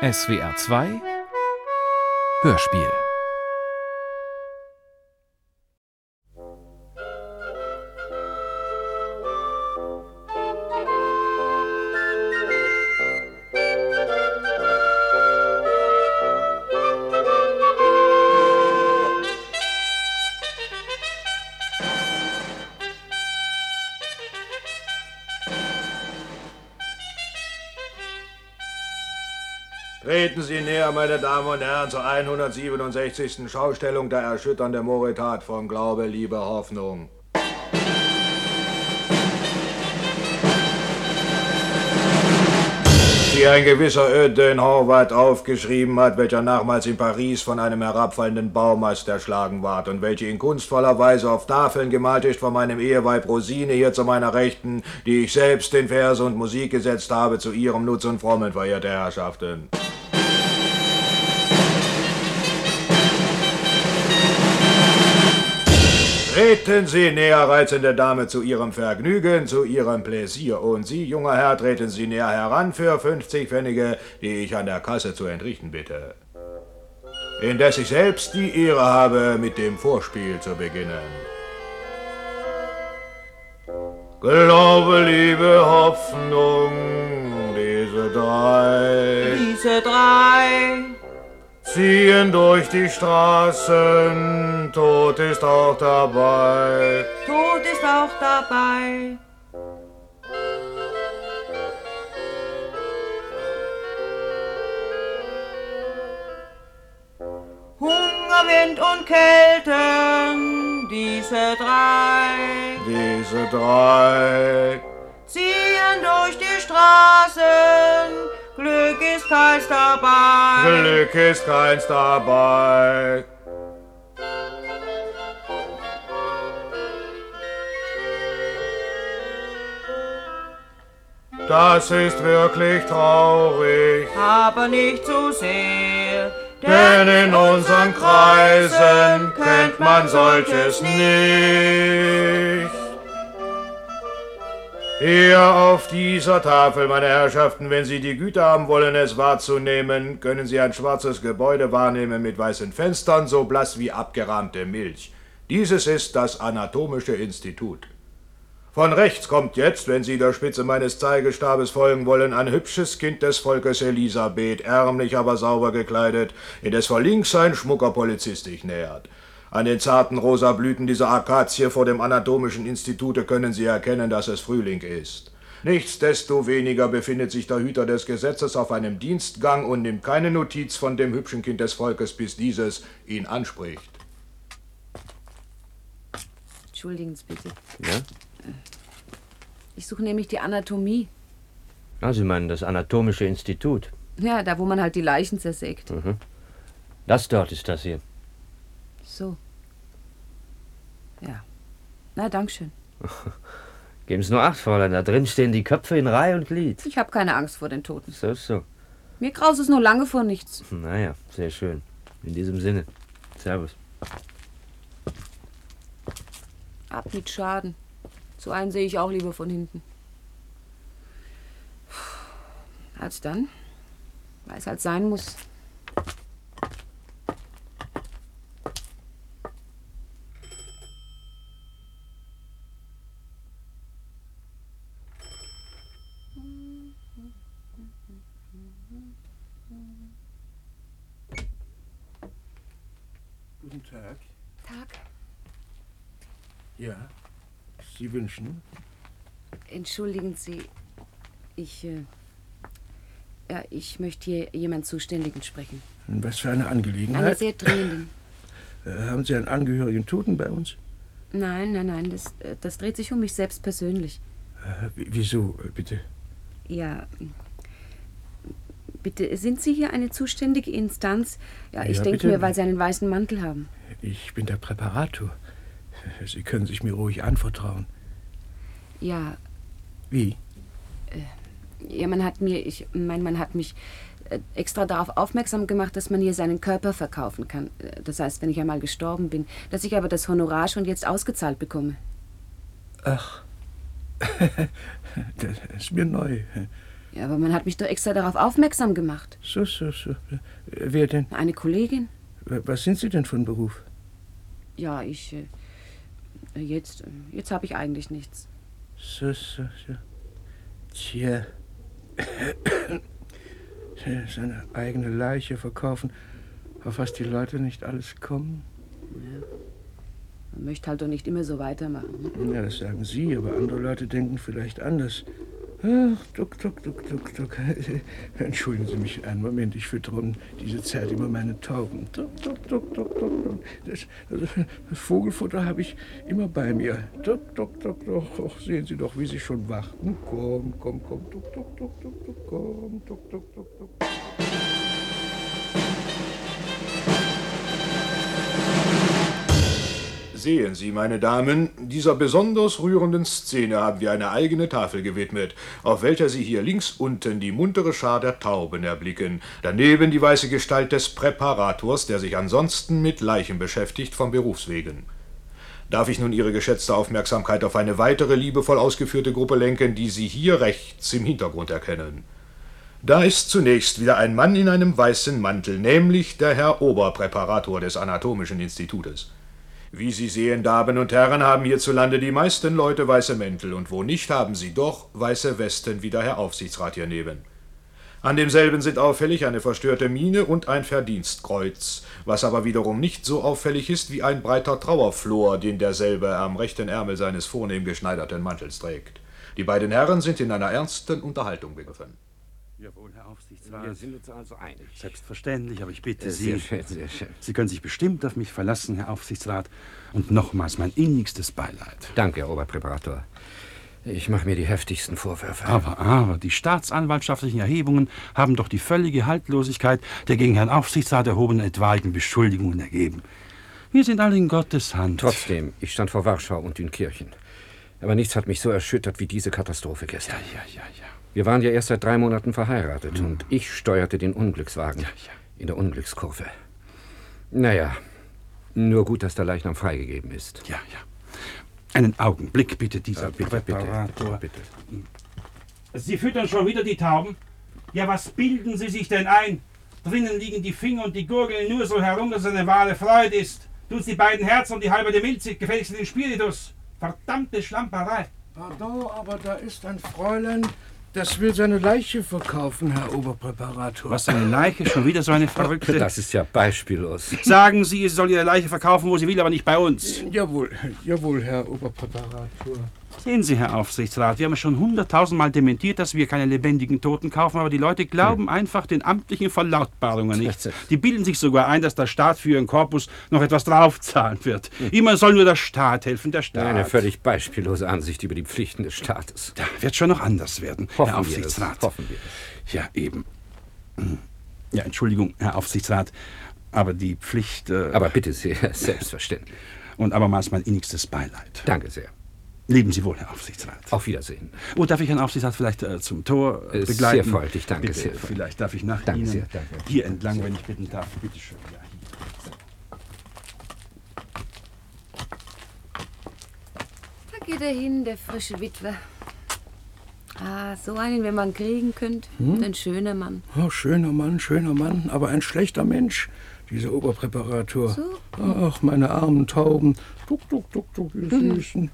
SWR 2 Hörspiel Treten Sie näher, meine Damen und Herren, zur 167. Schaustellung der erschütternde Moritat von Glaube, Liebe, Hoffnung. Die ein gewisser Öden Horvath aufgeschrieben hat, welcher nachmals in Paris von einem herabfallenden Baumast erschlagen ward und welche in kunstvoller Weise auf Tafeln gemalt ist von meinem Eheweib Rosine hier zu meiner Rechten, die ich selbst in Verse und Musik gesetzt habe zu ihrem Nutz und Frommen, verehrte Herrschaften. Treten Sie näher, reizende Dame, zu Ihrem Vergnügen, zu Ihrem Pläsier. Und Sie, junger Herr, treten Sie näher heran für 50 Pfennige, die ich an der Kasse zu entrichten bitte. Indes ich selbst die Ehre habe, mit dem Vorspiel zu beginnen. Glaube, Liebe, Hoffnung, diese drei. Diese drei, Ziehen durch die Straßen, Tod ist auch dabei. Tod ist auch dabei. Hunger, Wind und Kälte, diese drei Diese drei, ziehen durch die Straßen. Glück ist keins dabei. Glück ist keins dabei. Das ist wirklich traurig, Aber nicht zu sehr, denn in unseren Kreisen kennt man solches nicht. Hier auf dieser Tafel, meine Herrschaften, wenn Sie die Güte haben wollen, es wahrzunehmen, können Sie ein schwarzes Gebäude wahrnehmen mit weißen Fenstern, so blass wie abgerahmte Milch. Dieses ist das Anatomische Institut. Von rechts kommt jetzt, wenn Sie der Spitze meines Zeigestabes folgen wollen, ein hübsches Kind des Volkes Elisabeth, ärmlich, aber sauber gekleidet, indes vor links ein schmucker Polizist sich nähert. An den zarten rosa Blüten dieser Akazie vor dem Anatomischen Institute können Sie erkennen, dass es Frühling ist. Nichtsdestoweniger befindet sich der Hüter des Gesetzes auf einem Dienstgang und nimmt keine Notiz von dem hübschen Kind des Volkes, bis dieses ihn anspricht. Entschuldigen Sie bitte. Ja? Ich suche nämlich die Anatomie. Ah, Sie meinen das Anatomische Institut. Mhm. Ja, da wo man halt die Leichen zersägt. Das dort ist das hier. So. Ja. Na, Dankeschön. Geben Sie nur acht, Fräulein. Da drin stehen die Köpfe in Reihe und Glied. Ich habe keine Angst vor den Toten. So, so. Mir graus es nur lange vor nichts. Naja, sehr schön. In diesem Sinne. Servus. Ab mit Schaden. So einen sehe ich auch lieber von hinten. Als dann. Weil es halt sein muss. Guten Tag. Tag. Ja. Sie wünschen? Entschuldigen Sie. Ich, äh, ja, ich möchte hier jemand Zuständigen sprechen. Was für eine Einer Angelegenheit? sehr dringenden. Äh, haben Sie einen angehörigen Toten bei uns? Nein, nein, nein, das, äh, das dreht sich um mich selbst persönlich. Äh, w- wieso, äh, bitte? Ja. Bitte, sind Sie hier eine zuständige Instanz? Ja, ich Ja, denke bitte. mir, weil Sie einen weißen Mantel haben. Ich bin der Präparator. Äh, Sie können sich mir ruhig anvertrauen. Ja, Wie? Ihr Mann hat mir, ich, mein Mann hat mich äh, extra darauf aufmerksam gemacht, dass man hier seinen Körper verkaufen kann. Äh, Das heißt, wenn ich einmal gestorben bin, dass ich aber das Honorar schon jetzt ausgezahlt bekomme. Ach. das ist mir neu. Ja, aber man hat mich doch extra darauf aufmerksam gemacht. So, so, so. Äh, Wer denn? Eine Kollegin. W- Was sind Sie denn von Beruf? Ja, ich. äh, Jetzt, äh, jetzt habe ich eigentlich nichts. So, so, so. Tja. Seine eigene Leiche verkaufen, auf was die Leute nicht alles kommen. Ne? Man möchte halt doch nicht immer so weitermachen. ne? Ja, das sagen Sie, aber andere Leute denken vielleicht anders. Ach, duck, duck, duck, duck, duck. Entschuldigen Sie mich einen Moment, ich füttere um diese Zeit immer meine Tauben. Duck, duck, duck, duck, duck, duck. Das, also, das Vogelfutter habe ich immer bei mir. Duck, duck, duck, duck. Och, sehen Sie doch, wie Sie schon warten. Komm, komm, komm, duck, duck, duck, duck, duck, komm, duck, duck, duck, duck. Sehen Sie, meine Damen, dieser besonders rührenden Szene haben wir eine eigene Tafel gewidmet, auf welcher Sie hier links unten die muntere Schar der Tauben erblicken, daneben die weiße Gestalt des Präparators, der sich ansonsten mit Leichen beschäftigt, vom Berufswegen. Darf ich nun Ihre geschätzte Aufmerksamkeit auf eine weitere liebevoll ausgeführte Gruppe lenken, die Sie hier rechts im Hintergrund erkennen? Da ist zunächst wieder ein Mann in einem weißen Mantel, nämlich der Herr Oberpräparator des Anatomischen Institutes. Wie Sie sehen, Damen und Herren, haben hierzulande die meisten Leute weiße Mäntel und wo nicht, haben sie doch weiße Westen wie der Herr Aufsichtsrat hier neben. An demselben sind auffällig eine verstörte Miene und ein Verdienstkreuz, was aber wiederum nicht so auffällig ist wie ein breiter Trauerflor, den derselbe am rechten Ärmel seines vornehm geschneiderten Mantels trägt. Die beiden Herren sind in einer ernsten Unterhaltung begriffen. Jawohl, Herr Aufsichtsrat. Wir sind uns also einig. Selbstverständlich, aber ich bitte Sehr Sie. schön, sehr schön. Sie können sich bestimmt auf mich verlassen, Herr Aufsichtsrat. Und nochmals mein innigstes Beileid. Danke, Herr Oberpräparator. Ich mache mir die heftigsten Vorwürfe. Aber, aber, die staatsanwaltschaftlichen Erhebungen haben doch die völlige Haltlosigkeit der gegen Herrn Aufsichtsrat erhobenen etwaigen Beschuldigungen ergeben. Wir sind alle in Gottes Hand. Trotzdem, ich stand vor Warschau und Dünkirchen. Aber nichts hat mich so erschüttert wie diese Katastrophe gestern. Ja, ja, ja. Hm. Wir waren ja erst seit drei Monaten verheiratet und ich steuerte den Unglückswagen ja. in der Unglückskurve. Naja, nur gut, dass der Leichnam freigegeben ist. Äh, Ja, ja. Einen Augenblick bitte, dieser bitte, bitte, Präparator. bitte. Sie füttern schon wieder die Tauben? Ja, was bilden Sie sich denn ein? Drinnen liegen die Finger und die Gurgeln nur so herum, dass es eine wahre Freude ist. Tut's die beiden Herzen und die halbe der Milzig, gefälligst den Spiritus. Verdammte Schlamperei. Pardon, aber da ist ein Fräulein, das will seine Leiche verkaufen, Herr Oberpräparator. Was eine Leiche, schon wieder so eine verrückte. Das ist ja beispiellos. Sagen Sie, sie soll ihre Leiche verkaufen, wo sie will, aber nicht bei uns. Jawohl, jawohl, Herr Oberpräparator. Sehen Sie, Herr Aufsichtsrat, wir haben es schon hunderttausendmal dementiert, dass wir keine lebendigen Toten kaufen, aber die Leute glauben einfach den amtlichen Verlautbarungen nicht. Die bilden sich sogar ein, dass der Staat für ihren Korpus noch etwas draufzahlen wird. Hm. Immer soll nur der Staat helfen, der Staat. Eine völlig beispiellose Ansicht über die Pflichten des Staates. Da wird schon noch anders werden, Herr Hoffen wir es, Aufsichtsrat. hoffen wir es. Ja, eben. Ja, Entschuldigung, Herr Aufsichtsrat, aber die Pflicht äh, Aber bitte sehr, selbstverständlich. und abermals mein innigstes Beileid. Danke sehr. Leben Sie wohl, Herr Aufsichtsrat. Auf Wiedersehen. Oh, darf ich Herrn Aufsichtsrat vielleicht äh, zum Tor äh, Äh, sehr begleiten? freundlich, danke, Bitte, sehr freundlich. Vielleicht darf ich nach Danke Ihnen sehr, danke. hier entlang, wenn ich bitten darf. Bitte schön. Ja, hier. Da geht er hin, der frische Witwer. Ah, so einen, wenn man kriegen könnte. Hm? Ein schöner Mann. Oh, schöner Mann, schöner Mann, aber ein schlechter Mensch, dieser Oberpräparator. Ach, meine armen Tauben. Duck, duck, duck, duck, ihr Süßen.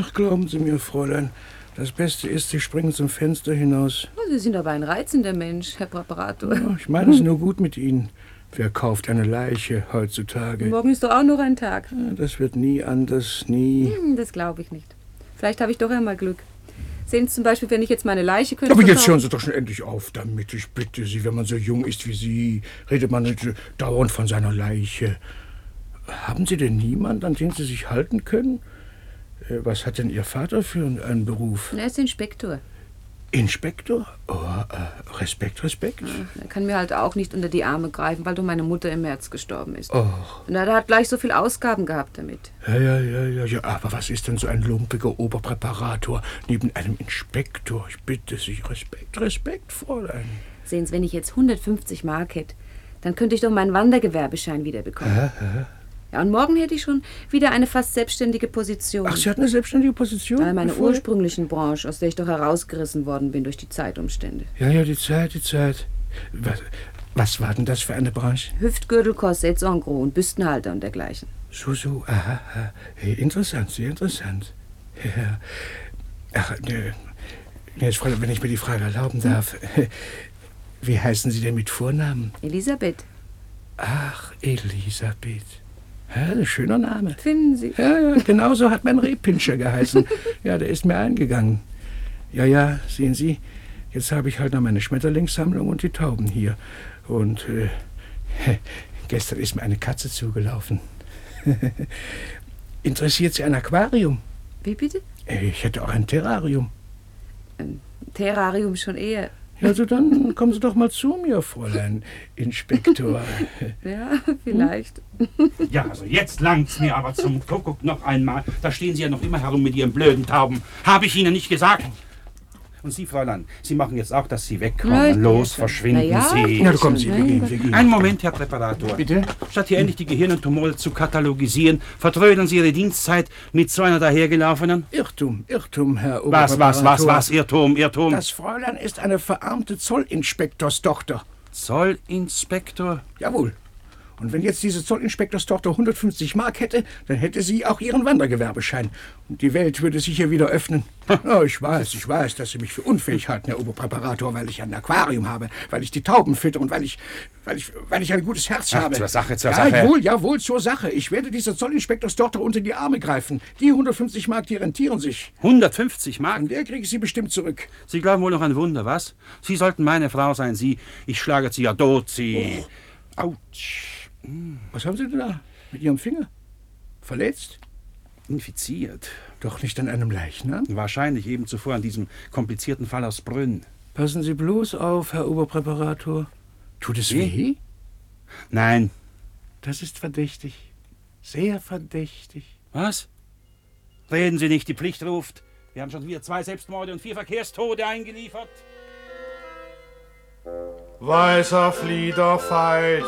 Ach, glauben Sie mir, Fräulein, das Beste ist, Sie springen zum Fenster hinaus. Oh, Sie sind aber ein reizender Mensch, Herr Präparator. Ja, Ich meine es nur gut mit Ihnen. Wer kauft eine Leiche heutzutage? Morgen ist doch auch noch ein Tag. Ja, Das wird nie anders, nie. Hm, das glaube ich nicht. Vielleicht habe ich doch einmal Glück. Sehen Sie zum Beispiel, wenn ich jetzt meine Leiche könnte. Aber jetzt verkaufen- hören Sie doch schon endlich auf damit. Ich bitte Sie, wenn man so jung ist wie Sie, redet man nicht dauernd von seiner Leiche. Haben Sie denn niemanden, an den Sie sich halten können? Äh, Was hat denn Ihr Vater für einen Beruf? Er ist Inspektor. Inspektor? Oh, äh, Respekt, Respekt. Er kann mir halt auch nicht unter die Arme greifen, weil doch meine Mutter im März gestorben ist. Och. Und er hat gleich so viel Ausgaben gehabt damit. Ja, ja, ja, ja, ja. Aber was ist denn so ein lumpiger Oberpräparator neben einem Inspektor? Ich bitte Sie, Respekt, Respekt, Fräulein. Sehen Sie, wenn ich jetzt 150 Mark hätte, dann könnte ich doch meinen Wandergewerbeschein wiederbekommen. Ja, und morgen hätte ich schon wieder eine fast selbstständige Position. Ach, Sie hatten eine selbstständige Position? Weil meine bevor- ursprünglichen Branche, aus der ich doch herausgerissen worden bin durch die Zeitumstände. Ja, ja, die Zeit, die Zeit. Was, was war denn das für eine Branche? Hüftgürtel, Korsetts en gros und Büstenhalter und dergleichen. So, so, aha, aha. Hey, interessant, sehr interessant. Ja. Ach, ne, jetzt, Fräulein, wenn ich mir die Frage erlauben darf. Wie heißen Sie denn mit Vornamen? Elisabeth, Ach, Elisabeth. Ja, das ist ein schöner Name. finden Sie? Ja, ja, genau so hat mein Rehpinscher geheißen. Ja, der ist mir eingegangen. Ja, ja, sehen Sie, jetzt habe ich halt noch meine Schmetterlingssammlung und die Tauben hier. Und äh, gestern ist mir eine Katze zugelaufen. Interessiert Sie ein Aquarium? Äh, Wie bitte? Ich hätte auch ein Terrarium. Terrarium schon eher. Ja, Also dann kommen Sie doch mal zu mir, Fräulein Inspektor. Ja, Hm? vielleicht. Ja, also jetzt langt's mir aber zum Kuckuck noch einmal. Da stehen Sie ja noch immer herum mit Ihren blöden Tauben. Habe ich Ihnen nicht gesagt? Und Sie, Fräulein, Sie machen jetzt auch, dass Sie Ja, ich- wegkommen. Los, verschwinden Na ja. Sie. Na, kommen Sie, wir gehen, wir gehen. Einen Moment, Herr Präparator. Bitte? Statt hier endlich die Gehirntumore zu katalogisieren, vertrödeln Sie Ihre Dienstzeit mit so einer dahergelaufenen. Irrtum, Irrtum, Herr Was, was, was, Oberpräparator. was, Irrtum, Irrtum. Das Fräulein ist eine verarmte Zollinspektorstochter. Zollinspektor? Jawohl. Und wenn jetzt diese Zollinspektorstochter 150 Mark hätte, dann hätte sie auch ihren Wandergewerbeschein. Und die Welt würde sich hier wieder öffnen. Ja, ich weiß, ich weiß, dass Sie mich für unfähig halten, Herr Oberpräparator, weil ich ein Aquarium habe, weil ich die Tauben fütter und weil ich, weil ich, weil ich ein gutes Herz habe. zur Sache, zur ja, Sache. Jawohl, jawohl, zur Sache. Ich werde dieser Zollinspektorstochter unter die Arme greifen. Die 150 Mark, die rentieren sich. 150 Mark? An der kriege ich sie bestimmt zurück. Sie glauben wohl noch an Wunder, was? Sie sollten meine Frau sein, Sie. Ich schlage Sie ja tot, Sie. Autsch. Oh. Hm. Was haben Sie denn da? Mit Ihrem Finger? Verletzt? Infiziert. Doch nicht an einem Leichnam? Wahrscheinlich eben zuvor an diesem komplizierten Fall aus Brünn. Passen Sie bloß auf, Herr Oberpräparator. Tut es weh? Nein. Das ist verdächtig. Sehr verdächtig. Was? Reden Sie nicht, die Pflicht ruft. Wir haben schon wieder zwei Selbstmorde und vier Verkehrstode eingeliefert. Weißer Fliederveilchen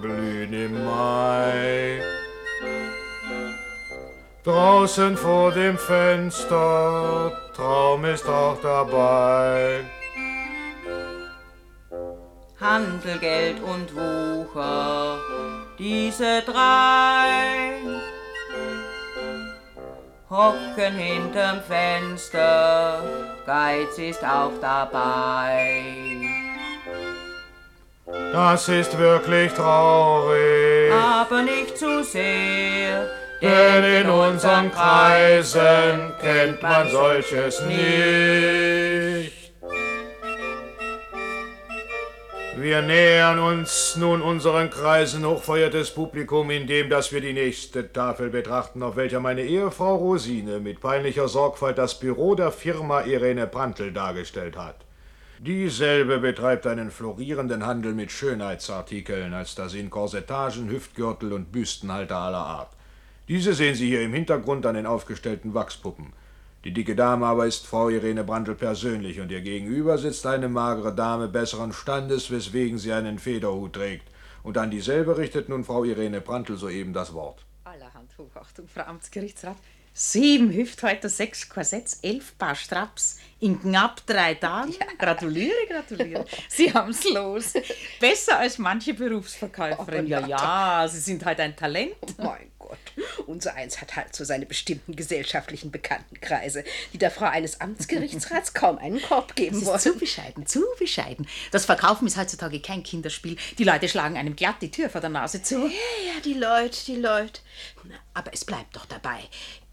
blühen im Mai. Draußen vor dem Fenster, Traum ist auch dabei. Handel, Geld und Wucher, diese drei hocken hinterm Fenster, Geiz ist auch dabei. Das ist wirklich traurig, Aber nicht zu sehr, denn in unseren Kreisen kennt man solches nicht. Wir nähern uns nun unseren Kreisen, hochverehrtes Publikum, indem dass wir die nächste Tafel betrachten, auf welcher meine Ehefrau Rosine mit peinlicher Sorgfalt das Büro der Firma Irene Prantl dargestellt hat. Dieselbe betreibt einen florierenden Handel mit Schönheitsartikeln, als da sind Korsettagen, Hüftgürtel und Büstenhalter aller Art. Diese sehen Sie hier im Hintergrund an den aufgestellten Wachspuppen. Die dicke Dame aber ist Frau Irene Brandl persönlich und ihr gegenüber sitzt eine magere Dame besseren Standes, weswegen sie einen Federhut trägt. Und an dieselbe richtet nun Frau Irene Brandl soeben das Wort. Allerhand Hochachtung, Frau Amtsgerichtsrat. Sieben Hüfthalter, sechs Korsetts, elf Paar Straps in knapp drei Tagen. Gratuliere, gratuliere. Sie haben's los. Besser als manche Oh, Berufsverkäuferin. Ja, ja, Sie sind halt ein Talent. Mein Gott, unser Eins hat halt so seine bestimmten gesellschaftlichen Bekanntenkreise, die der Frau eines Amtsgerichtsrats kaum einen Korb geben Das ist zu wollen. bescheiden, zu bescheiden. Das Verkaufen ist heutzutage kein Kinderspiel. Die Leute schlagen einem glatt die Tür vor der Nase zu. Ja, ja, die Leute, die Leute. Na, aber es bleibt doch dabei.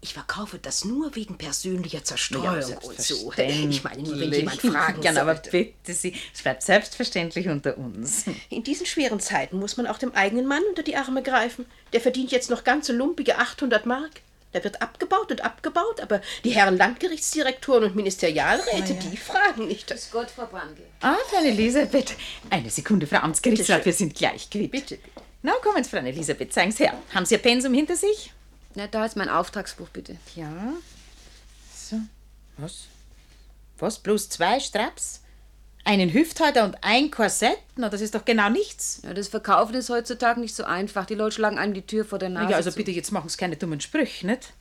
Ich verkaufe das nur wegen persönlicher Zerstreuung und so. Ich meine, nur wenn jemand fragen Ja, Genau, aber sollte. bitte Sie, es bleibt selbstverständlich unter uns. In diesen schweren Zeiten muss man auch dem eigenen Mann unter die Arme greifen. Der verdient jetzt noch ganze lumpige 800 Mark. Da wird abgebaut und abgebaut, aber die Herren Landgerichtsdirektoren und Ministerialräte, die fragen nicht. Das Gott, Frau Brandl. Ah, Fräulein Elisabeth. Eine Sekunde, Frau Amtsgerichtsrat, wir sind gleich quitt. Bitte, bitte. Na, kommen Sie, Fräulein Elisabeth, zeigen Sie her. Haben Sie Ihr Pensum hinter sich? Na, da ist mein Auftragsbuch, bitte. Ja. So. Was? Was? Bloß zwei Straps? Einen Hüfthalter und ein Korsett? Na, das ist doch genau nichts. Ja, das Verkaufen ist heutzutage nicht so einfach. Die Leute schlagen einem die Tür vor der Nase. Ja, also zu. bitte, jetzt machen Sie keine dummen Sprüche, nicht?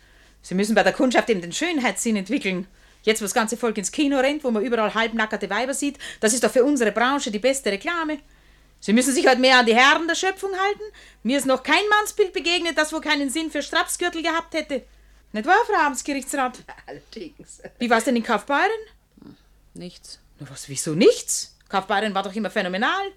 Sie müssen bei der Kundschaft eben den Schönheitssinn entwickeln. Jetzt, wo das ganze Volk ins Kino rennt, wo man überall halbnackerte Weiber sieht, das ist doch für unsere Branche die beste Reklame. Sie müssen sich halt mehr an die Herren der Schöpfung halten. Mir ist noch kein Mannsbild begegnet, das wohl keinen Sinn für Strapsgürtel gehabt hätte. Nicht wahr, Frau Amtsgerichtsrat? Allerdings. Wie war's denn in Kaufbeuren? Nichts. Na was, wieso nichts? Kaufbeuren war doch immer phänomenal.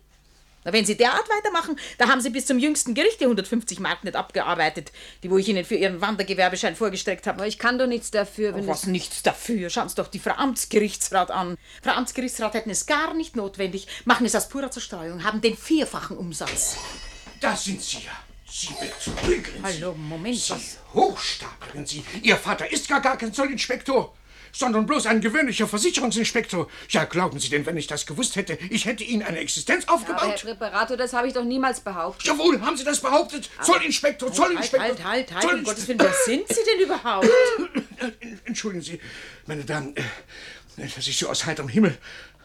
Na, wenn Sie derart weitermachen, da haben Sie bis zum jüngsten Gericht die 150 Mark nicht abgearbeitet, die wo ich Ihnen für Ihren Wandergewerbeschein vorgestreckt habe. Aber ich kann doch nichts dafür, wenn Oh, was ich... nichts dafür? Schauen Sie doch die Frau Amtsgerichtsrat an. Frau Amtsgerichtsrat hätten es gar nicht notwendig, machen es aus purer Zerstreuung, haben den vierfachen Umsatz. Da sind Sie ja. Sie betrügen. Hallo, Moment, was? Hochstaplerin Sie. Ihr Vater ist gar, gar kein Zollinspektor, sondern bloß ein gewöhnlicher Versicherungsinspektor. Ja, glauben Sie denn, wenn ich das gewusst hätte, ich hätte Ihnen eine Existenz Aber Herr aufgebaut? Präparator, das habe ich doch niemals behauptet. Jawohl, haben Sie das behauptet? Zollinspektor, Halt, Zollinspektor. halt, halt, halt, um Zollinspektor. Gottes Willen, wer sind Sie denn überhaupt? Entschuldigen Sie, meine Damen, äh, das ist so aus heiterem Himmel.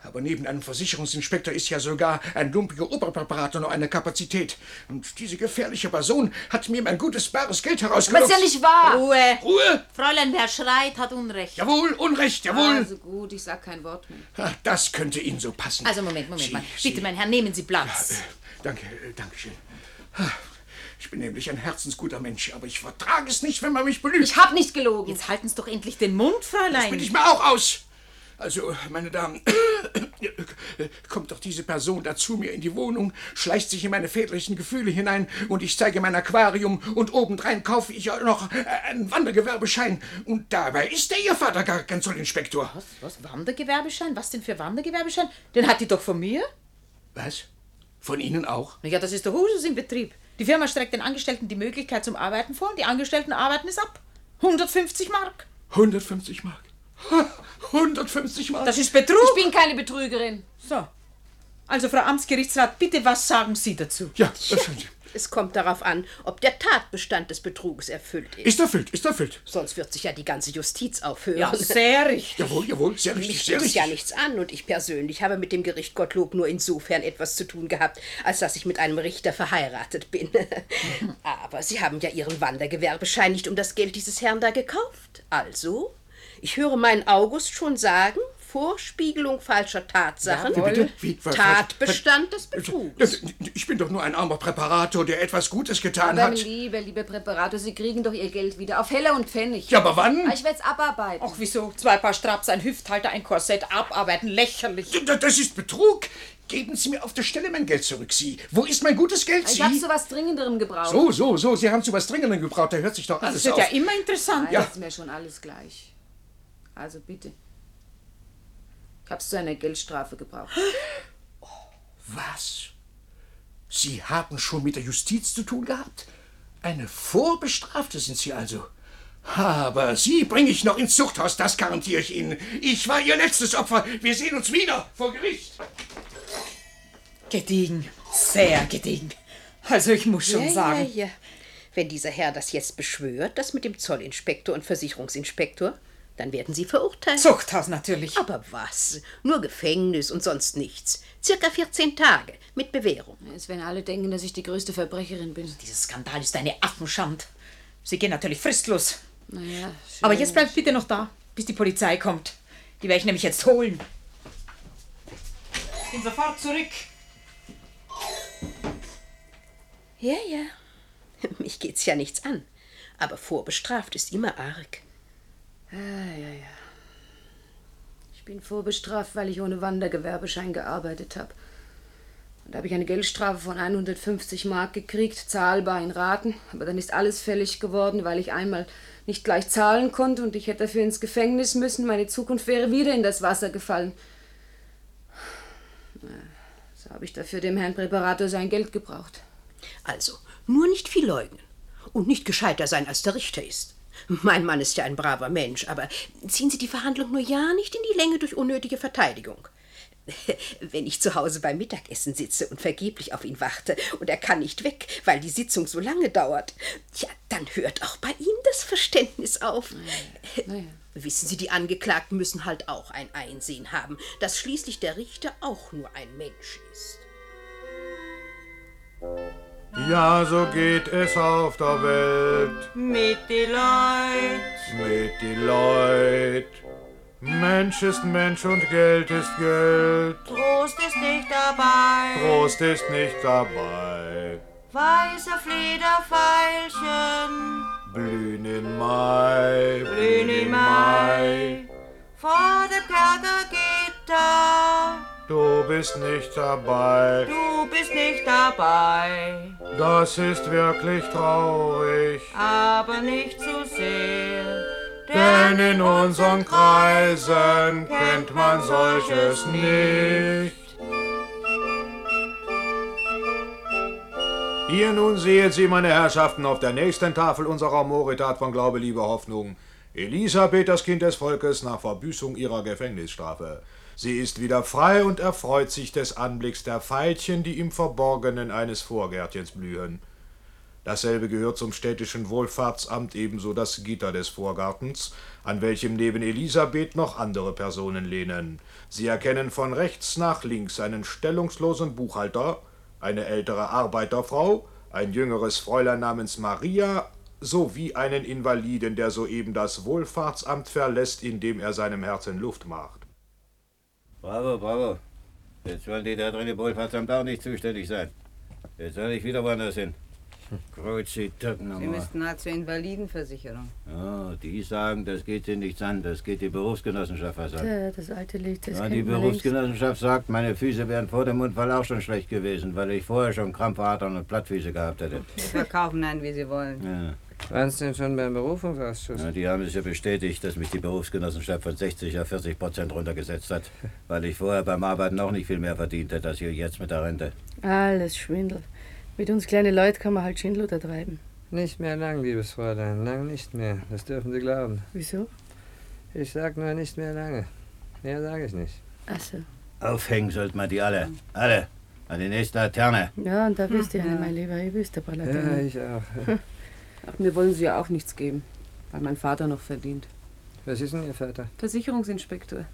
Aber neben einem Versicherungsinspektor ist ja sogar ein lumpiger Oberpräparator noch eine Kapazität. Und diese gefährliche Person hat mir mein gutes bares Geld herausgelockt. wahr. Ruhe! Ruhe! Fräulein, wer schreit, hat Unrecht. Jawohl, Unrecht, jawohl! Also gut, ich sag kein Wort mehr. Ah, das könnte Ihnen so passen. Also Moment, Moment Sie, mal. Sie, Bitte, mein Herr, nehmen Sie Platz. Danke, äh, danke schön. Ah, Ich bin nämlich ein herzensguter Mensch, aber ich vertrage es nicht, wenn man mich belügt. Ich hab nicht gelogen. Jetzt halten Sie doch endlich den Mund, Fräulein. bin ich mir auch aus. Also, meine Damen, äh, kommt doch diese Person dazu mir in die Wohnung, schleicht sich in meine väterlichen Gefühle hinein und ich zeige mein Aquarium und obendrein kaufe ich auch noch äh, einen Wandergewerbeschein. Und dabei ist der Ihr Vater gar kein Zollinspektor. Was, was? Wandergewerbeschein? Was denn für Wandergewerbeschein? Den hat die doch von mir? Was? Von Ihnen auch? Na Ja, das ist der Usus im Betrieb. Die Firma streckt den Angestellten die Möglichkeit zum Arbeiten vor und die Angestellten arbeiten es ab. 150 Mark. 150 Mark. Ha, 150 Mark. Das ist Betrug. Ich bin keine Betrügerin. So. Also, Frau Amtsgerichtsrat, bitte, was sagen Sie dazu? ja, das stimmt. Es kommt darauf an, ob der Tatbestand des Betruges erfüllt ist. Ist erfüllt, ist erfüllt. Sonst wird sich ja die ganze Justiz aufhören. Ja, sehr richtig. Jawohl, jawohl, sehr richtig, Mich sehr geht es ja richtig. nichts an und ich persönlich habe mit dem Gericht Gottlob nur insofern etwas zu tun gehabt, als dass ich mit einem Richter verheiratet bin. Aber Sie haben ja Ihren Wandergewerbeschein nicht um das Geld dieses Herrn da gekauft. Also, ich höre meinen August schon sagen, Vorspiegelung falscher Tatsachen, Wie bitte? Wie? Was- was- Tatbestand des Äh, Betrugs. Ich bin doch nur ein armer Präparator, der etwas Gutes getan Aber hat. liebe, liebe Präparator, Sie kriegen doch Ihr Geld wieder. Auf Heller und Pfennig. Ja, aber wann? Ah, Aber Ich werd's abarbeiten. Ach, wieso? Zwei Paar Straps, ein Hüfthalter, ein Korsett, abarbeiten, lächerlich. D- d- Das ist Betrug. Geben Sie mir auf der Stelle mein Geld zurück, Sie. Wo ist mein gutes Geld, ich hab Sie? zu was Dringenderem gebraucht. So, so, so. Sie haben zu was Dringendem gebraucht. Da hört sich doch Das alles wird auf. ja immer interessant. Nein, Ja. ist mir schon alles gleich. Also bitte. Ich hab's zu einer Geldstrafe gebraucht. Was? Sie haben schon mit der Justiz zu tun gehabt? Eine Vorbestrafte sind Sie also. Aber Sie bringe ich noch ins Zuchthaus, das garantiere ich Ihnen. Ich war Ihr letztes Opfer. Wir sehen uns wieder vor Gericht. Gediegen. Sehr gediegen. Also, ich muss schon ja, sagen. Ja, ja. Wenn dieser Herr das jetzt beschwört, das mit dem Zollinspektor und Versicherungsinspektor, dann werden Sie verurteilt. Zuchthaus natürlich. Aber was? Nur Gefängnis und sonst nichts. Circa 14 Tage mit Bewährung. Es werden alle denken, dass ich die größte Verbrecherin bin. Dieser Skandal ist eine Affenschand. Sie gehen natürlich fristlos. Naja, schön. Aber jetzt bleibt bitte noch da, bis die Polizei kommt. Die werde ich nämlich jetzt holen. Ich bin sofort zurück. Ja, ja. Mich geht's ja nichts an. Aber vorbestraft ist immer arg. Ah, ich bin vorbestraft, weil ich ohne Wandergewerbeschein gearbeitet habe. Und da habe ich eine Geldstrafe von 150 Mark gekriegt, zahlbar in Raten. Aber dann ist alles fällig geworden, weil ich einmal nicht gleich zahlen konnte und ich hätte dafür ins Gefängnis müssen. Meine Zukunft wäre wieder in das Wasser gefallen. Na, So habe ich dafür dem Herrn Präparator sein Geld gebraucht. Also, nur nicht viel leugnen. Und nicht gescheiter sein, als der Richter ist. Mein Mann ist ja ein braver Mensch, aber ziehen Sie die Verhandlung nur ja nicht in die Länge durch unnötige Verteidigung. Wenn ich zu Hause beim Mittagessen sitze und vergeblich auf ihn warte und er kann nicht weg, weil die Sitzung so lange dauert, ja, dann hört auch bei ihm das Verständnis auf. Naja. Wissen Sie, die Angeklagten müssen halt auch ein Einsehen haben, dass schließlich der Richter auch nur ein Mensch ist. Ja, so geht es auf der Welt mit die Leut, mit die Leut. Mensch ist Mensch und Geld ist Geld. Trost ist nicht dabei, Trost ist nicht dabei. weiße Flederfeilchen Blühen im Mai, blühen im Mai. Vor dem Kerkergitter, Du bist nicht dabei. du bist nicht dabei, Das ist wirklich traurig. aber nicht zu sehr, Denn in unseren Kreisen kennt man solches nicht. Hier nun sehen Sie, meine Herrschaften, auf der nächsten Tafel unserer Moritat von Glaube, Liebe, Hoffnung. Elisabeth, das Kind des Volkes, nach Verbüßung ihrer Gefängnisstrafe. Sie ist wieder frei und erfreut sich des Anblicks der Veilchen, die im Verborgenen eines Vorgärtchens blühen. Dasselbe gehört zum städtischen Wohlfahrtsamt ebenso das Gitter des Vorgartens, an welchem neben Elisabeth noch andere Personen lehnen. Sie erkennen von rechts nach links einen stellungslosen Buchhalter, eine ältere Arbeiterfrau, ein jüngeres Fräulein namens Maria sowie einen Invaliden, der soeben das Wohlfahrtsamt verlässt, indem er seinem Herzen Luft macht. Bravo, bravo. Jetzt sollen die da drin im Wohlfahrtsamt auch nicht zuständig sein. Jetzt soll ich wieder woanders hin. Kreuzig, Sie Tappennummer. müssten halt zur Invalidenversicherung. Oh, die sagen, das geht sie nichts an, das geht die Berufsgenossenschaft was an. Ja, das alte Lied, Ja, die Berufsgenossenschaft sagt, meine Füße wären vor dem Unfall auch schon schlecht gewesen, weil ich vorher schon Krampfadern und Plattfüße gehabt hätte. Sie verkaufen einen, wie Sie wollen. Ja. Waren Sie denn schon beim Berufungsausschuss? Ja, die haben es ja bestätigt, dass mich die Berufsgenossenschaft von 60 auf 40 Prozent runtergesetzt hat, weil ich vorher beim Arbeiten auch nicht viel mehr verdient hätte als hier jetzt mit der Rente. Alles Schwindel. Mit uns kleine Leute kann man halt Schindel treiben. Nicht mehr lang, liebes Fräulein, lang nicht mehr. Das dürfen Sie glauben. Wieso? Ich sag nur nicht mehr lange. Mehr sage ich nicht. Achso. Aufhängen sollten wir die alle. Alle. An die nächste Laterne. Ja, und da bist du Hm, ja nicht, mein Lieber. Ich wüsste ein paar Laternen. auch. Ach, mir wollen sie ja auch nichts geben, weil mein Vater noch verdient. Was ist denn Ihr Vater? Versicherungsinspektor.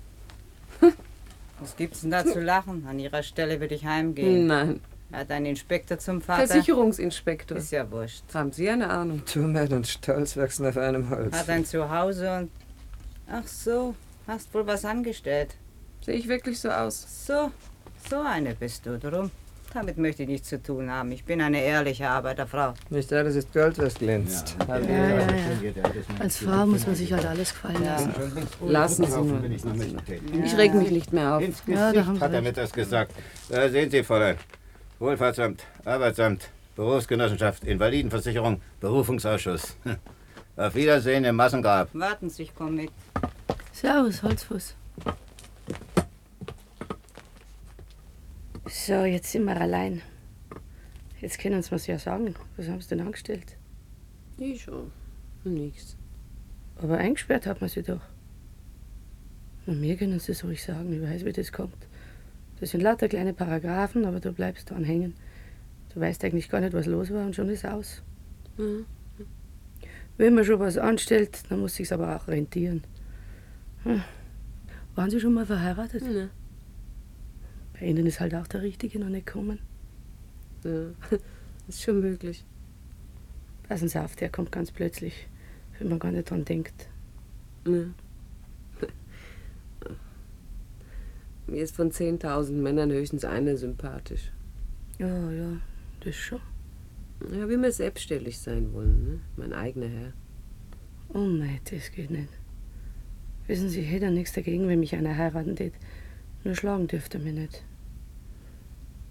Was gibt's denn da zu lachen? An Ihrer Stelle würde ich heimgehen. Nein. Er hat einen Inspektor zum Vater. Versicherungsinspektor. Ist ja wurscht. Haben Sie eine Ahnung? Dummheit und Stolz wachsen auf einem Holz. Hat ein Zuhause und. Ach so, hast wohl was angestellt. Sehe ich wirklich so aus? So, so eine bist du drum. Damit möchte ich nichts zu tun haben. Ich bin eine ehrliche Arbeiterfrau. Nicht alles ist Gold, was glänzt. Ja, Ja, ja, ja. Als Frau muss man sich halt alles gefallen lassen. Lassen Sie nur. Ich reg mich nicht mehr auf. Ins Ja, da Gesicht haben Sie hat er recht. mir das gesagt. Da sehen Sie, Fräulein. Wohlfahrtsamt, Arbeitsamt, Berufsgenossenschaft, Invalidenversicherung, Berufungsausschuss. Hm. Auf Wiedersehen im Massengrab. Warten Sie, ich komme mit. Servus, Holzfuß. So, jetzt sind wir allein. Jetzt können Sie mir's ja sagen. Was haben Sie denn angestellt? Ich schon. Nichts. Aber eingesperrt hat man sie doch. Und mir können Sie es ruhig sagen. Ich weiß, wie das kommt. Das sind lauter kleine Paragraphen, aber du bleibst dran hängen. Du weißt eigentlich gar nicht, was los war und schon ist er aus. Mhm. Wenn man schon was anstellt, dann muss sich's aber auch rentieren. Hm. Waren Sie schon mal verheiratet? Nein. Bei Ihnen ist halt auch der Richtige noch nicht gekommen. Ja. Ist schon möglich. Passen Sie auf, der kommt ganz plötzlich, wenn man gar nicht dran denkt. Ja. Mir ist von 10.000 Männern höchstens einer sympathisch. Ja, ja, das schon. Ja, wie wir selbstständig sein wollen, ne? Mein eigener Herr. Oh nein, das geht nicht. Wissen Sie, ich hätte ja nichts dagegen, wenn mich einer heiraten tät. Nur schlagen dürfte mir nicht.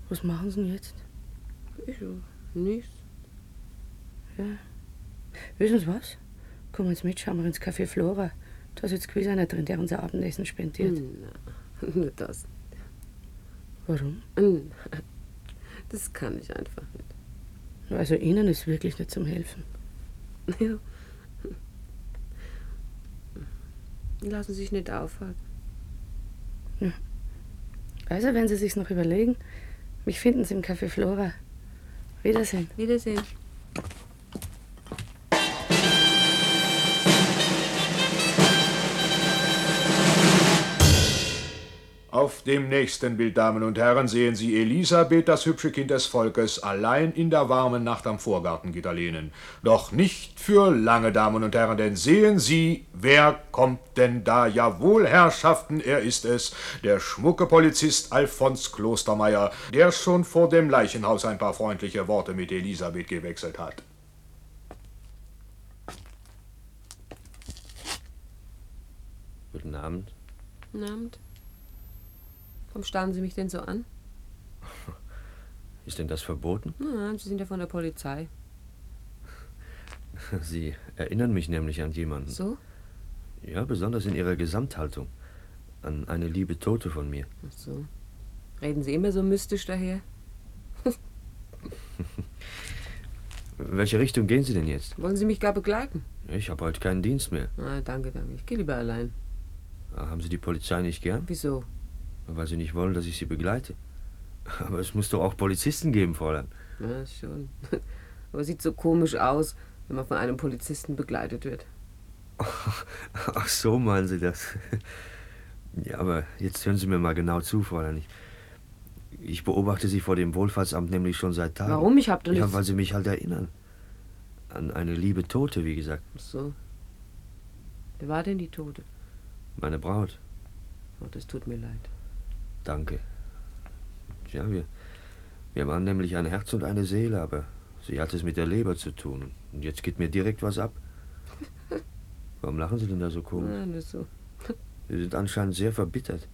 Was machen Sie denn jetzt? Ich nichts. Ja. Wissen Sie was? Kommen Sie mit, schauen wir ins Café Flora. Da sitzt gewiss einer drin, der unser Abendessen spendiert. Hm. Na, nur das. Hm. Warum? Das kann ich einfach nicht. Also Ihnen ist wirklich nicht zum Helfen. Ja. Lassen Sie sich nicht aufhalten. Also, wenn Sie sich's noch überlegen, mich finden Sie im Café Flora. Wiedersehen. Wiedersehen. Auf dem nächsten Bild, Damen und Herren, sehen Sie Elisabeth, das hübsche Kind des Volkes, allein in der warmen Nacht am Vorgartengitter lehnen. Doch nicht für lange, Damen und Herren, denn sehen Sie, wer kommt denn da? Jawohl, Herrschaften, er ist es, der schmucke Polizist Alfons Klostermeier, der schon vor dem Leichenhaus ein paar freundliche Worte mit Elisabeth gewechselt hat. Guten Abend. Guten Abend. Warum starren Sie mich denn so an? Ist denn das verboten? Nein, Sie sind ja von der Polizei. Sie erinnern mich nämlich an jemanden. So? Ja, besonders in Ihrer Gesamthaltung. An eine liebe Tote von mir. Ach so. Reden Sie immer so mystisch daher? In welche Richtung gehen Sie denn jetzt? Wollen Sie mich gar begleiten? Ich habe heute keinen Dienst mehr. Ah, danke, danke. Ich gehe lieber allein. Haben Sie die Polizei nicht gern? Wieso? Weil Sie nicht wollen, dass ich Sie begleite. Aber es muss doch auch Polizisten geben, Fräulein. Ja, schon. Aber sieht so komisch aus, wenn man von einem Polizisten begleitet wird. Ach so, meinen Sie das? Ja, aber jetzt hören Sie mir mal genau zu, Fräulein. Ich, ich beobachte Sie vor dem Wohlfahrtsamt nämlich schon seit Tagen. Warum? Ich hab doch Ja, nichts- weil Sie mich halt erinnern. An eine liebe Tote, wie gesagt. So. Wer war denn die Tote? Meine Braut. Oh, das tut mir leid. Danke. Tja, wir, wir waren nämlich ein Herz und eine Seele, aber sie hat es mit der Leber zu tun. Und jetzt geht mir direkt was ab. Warum lachen Sie denn da so komisch? Nein, das so. Sie sind anscheinend sehr verbittert.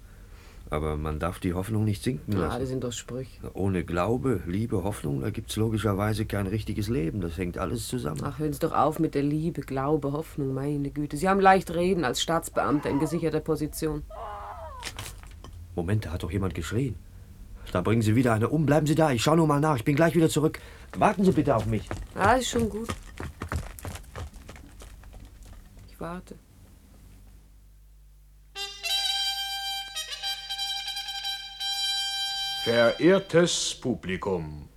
Aber man darf die Hoffnung nicht sinken Na, das lassen. sind doch Sprüche. Ohne Glaube, Liebe, Hoffnung, da gibt's logischerweise kein richtiges Leben. Das hängt alles zusammen. Ach, hören Sie doch auf mit der Liebe, Glaube, Hoffnung, meine Güte. Sie haben leicht reden als Staatsbeamter in gesicherter Position. Moment, da hat doch jemand geschrien. Da bringen Sie wieder eine um. Bleiben Sie da, ich schau nur mal nach. Ich bin gleich wieder zurück. Warten Sie bitte auf mich. Ah, ist schon gut. Ich warte. Verehrtes Publikum,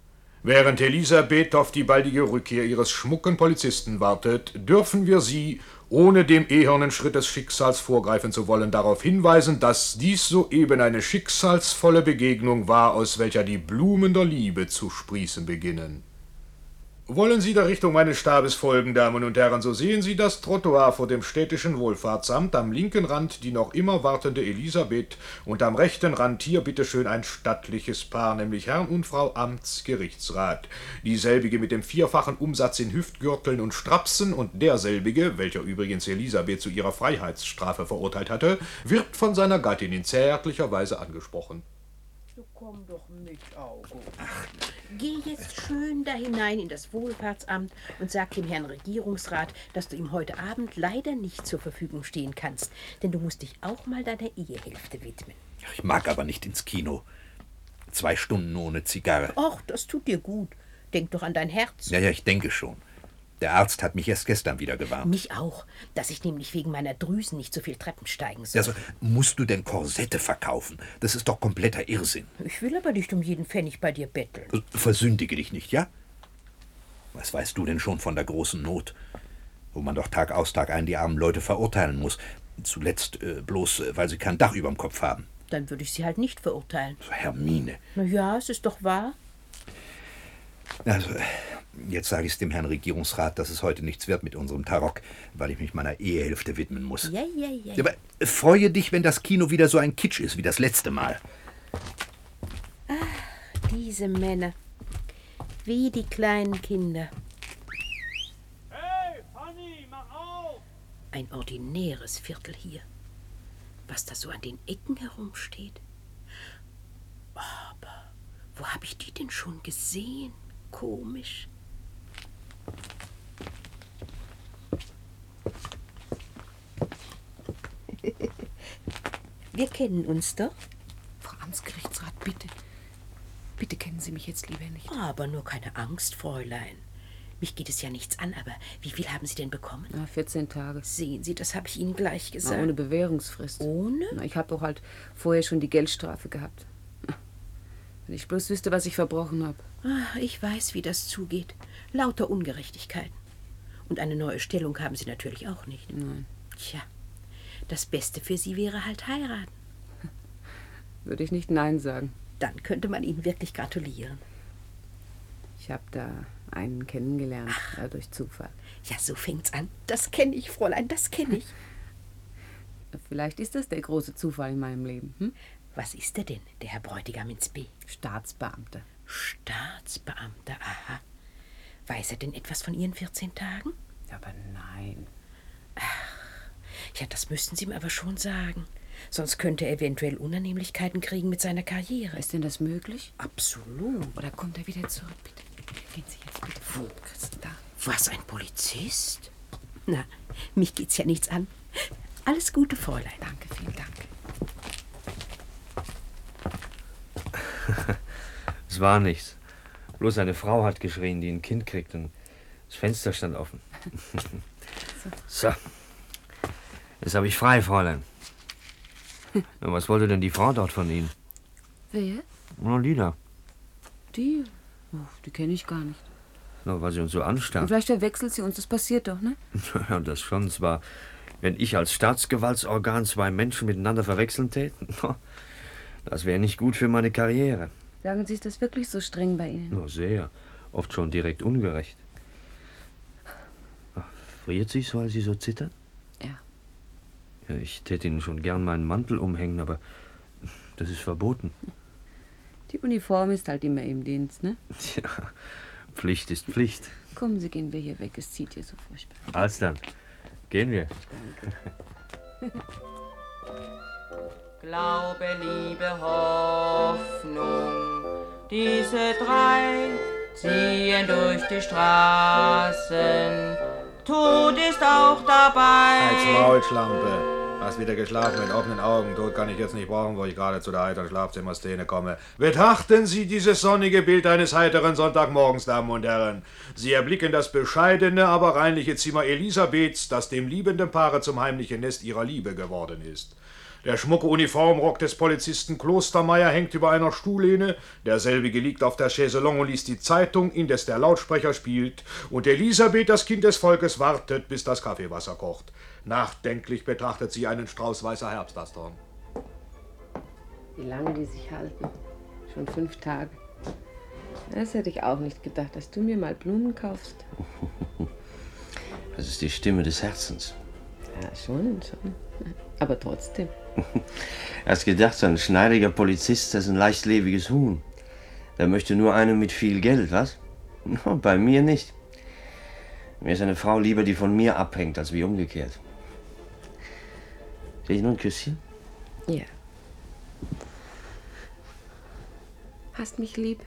während Elisabeth auf die baldige Rückkehr ihres schmucken Polizisten wartet, dürfen wir Sie, ohne dem ehernen Schritt des Schicksals vorgreifen zu wollen, darauf hinweisen, dass dies soeben eine schicksalsvolle Begegnung war, aus welcher die Blumen der Liebe zu sprießen beginnen. Wollen Sie der Richtung meines Stabes folgen, Damen und Herren, so sehen Sie das Trottoir vor dem städtischen Wohlfahrtsamt, am linken Rand die noch immer wartende Elisabeth und am rechten Rand hier bitteschön ein stattliches Paar, nämlich Herrn und Frau Amtsgerichtsrat. Dieselbige mit dem vierfachen Umsatz in Hüftgürteln und Strapsen und derselbige, welcher übrigens Elisabeth zu ihrer Freiheitsstrafe verurteilt hatte, wird von seiner Gattin in zärtlicher Weise angesprochen. Du komm doch mit, Augo. Ach, geh jetzt schön da hinein in das Wohlfahrtsamt und sag dem Herrn Regierungsrat, dass du ihm heute Abend leider nicht zur Verfügung stehen kannst, denn du musst dich auch mal deiner Ehehälfte widmen. Ich mag aber nicht ins Kino. Zwei Stunden ohne Zigarre. Och, das tut dir gut. Denk doch an dein Herz. Ja, ja, ich denke schon. Der Arzt hat mich erst gestern wieder gewarnt. Mich auch, dass ich nämlich wegen meiner Drüsen nicht so viel Treppen steigen soll. Also, musst du denn Korsette verkaufen? Das ist doch kompletter Irrsinn. Ich will aber nicht um jeden Pfennig bei dir betteln. Versündige dich nicht, ja? Was weißt du denn schon von der großen Not, wo man doch Tag aus, Tag ein die armen Leute verurteilen muss? Zuletzt äh, bloß, äh, weil sie kein Dach überm Kopf haben. Dann würde ich sie halt nicht verurteilen. Hermine. Na ja, es ist doch wahr. Also, äh, jetzt sage ich es dem Herrn Regierungsrat, dass es heute nichts wird mit unserem Tarock, weil ich mich meiner Ehehälfte widmen muss. Ja, ja, ja. Aber freue dich, wenn das Kino wieder so ein Kitsch ist wie das letzte Mal. Ah, Diese Männer. Wie die kleinen Kinder. Ein ordinäres Viertel hier. Was da so an den Ecken herumsteht. Aber wo habe ich die denn schon gesehen? Komisch. Wir kennen uns doch. Frau Amtsgerichtsrat, bitte. Bitte kennen Sie mich jetzt lieber nicht. Aber nur keine Angst, Fräulein. Mich geht es ja nichts an, aber wie viel haben Sie denn bekommen? Na, 14 Tage. Sehen Sie, das habe ich Ihnen gleich gesagt. Na, ohne Bewährungsfrist. Ohne? Na, ich habe auch halt vorher schon die Geldstrafe gehabt. Wenn ich bloß wüsste, was ich verbrochen habe. Ah, ich weiß, wie das zugeht. Lauter Ungerechtigkeiten. Und eine neue Stellung haben Sie natürlich auch nicht. Nein. Tja, das Beste für Sie wäre halt heiraten. Würde ich nicht Nein sagen. Dann könnte man Ihnen wirklich gratulieren. Ich habe da einen kennengelernt, äh, durch Zufall. Ja, so fängt's an. Das kenne ich, Fräulein, das kenne ich. Vielleicht ist das der große Zufall in meinem Leben. Hm? Was ist er denn, der Herr Bräutigam ins B? Staatsbeamter. Staatsbeamter, aha. Weiß er denn etwas von Ihren 14 Tagen? Aber nein. Ja, das müssten Sie ihm aber schon sagen. Sonst könnte er eventuell Unannehmlichkeiten kriegen mit seiner Karriere. Ist denn das möglich? Absolut. Oder kommt er wieder zurück? Bitte, gehen Sie jetzt bitte. Wo? Da. Was, ein Polizist? Na, mich geht's ja nichts an. Alles Gute, Fräulein. Danke, vielen Dank. Es war nichts. Bloß eine Frau hat geschrien, die ein Kind kriegt und das Fenster stand offen. so. Jetzt habe ich frei, Fräulein. Na, was wollte denn die Frau dort von Ihnen? Wer? Nur Lina. Die? Oh, die kenne ich gar nicht. Na, weil sie uns so Und anstarrt. vielleicht verwechselt sie uns, das passiert doch, ne? Ja, das schon zwar. Wenn ich als Staatsgewaltsorgan zwei Menschen miteinander verwechseln täte, das wäre nicht gut für meine Karriere. Sagen Sie, ist das wirklich so streng bei Ihnen? Nur sehr. Oft schon direkt ungerecht. Ach, Friert sich, weil Sie so zittern? Ja. Ja, Ich täte Ihnen schon gern meinen Mantel umhängen, aber das ist verboten. Die Uniform ist halt immer im Dienst, ne? Tja, Pflicht ist Pflicht. Kommen Sie, gehen wir hier weg, es zieht hier so furchtbar. Als dann, gehen wir. Glaube, Liebe, Hoffnung. Diese drei ziehen durch die Straßen. Tod ist auch Als dabei. Maulschlampe. Hast wieder geschlafen mit offenen Augen. Tod kann ich jetzt nicht brauchen, wo ich gerade zu der heiteren Schlafzimmerszene komme. Betrachten Sie dieses sonnige Bild eines heiteren Sonntagmorgens, Damen und Herren. Sie erblicken das bescheidene, aber reinliche Zimmer Elisabeths, das dem liebenden Paare zum heimlichen Nest ihrer Liebe geworden ist. Der schmucke Uniformrock des Polizisten Klostermeier hängt über einer Stuhllehne, derselbige liegt auf der Chaiselong und liest die Zeitung, indes der Lautsprecher spielt, und Elisabeth, das Kind des Volkes, wartet, bis das Kaffeewasser kocht. Nachdenklich betrachtet sie einen Strauß weißer Herbstastorn. Wie lange die sich halten? Schon fünf Tage. Das hätte ich auch nicht gedacht, dass du mir mal Blumen kaufst. Das ist die Stimme des Herzens. Ja, schon, schon. Aber trotzdem. Hast gedacht, so ein schneidiger Polizist, das ist ein leichtlebiges Huhn. Da möchte nur einer mit viel Geld, was? No, bei mir nicht. Mir ist eine Frau lieber, die von mir abhängt, als wie umgekehrt. Soll ich noch ein Küsschen? Ja. Hast mich lieb?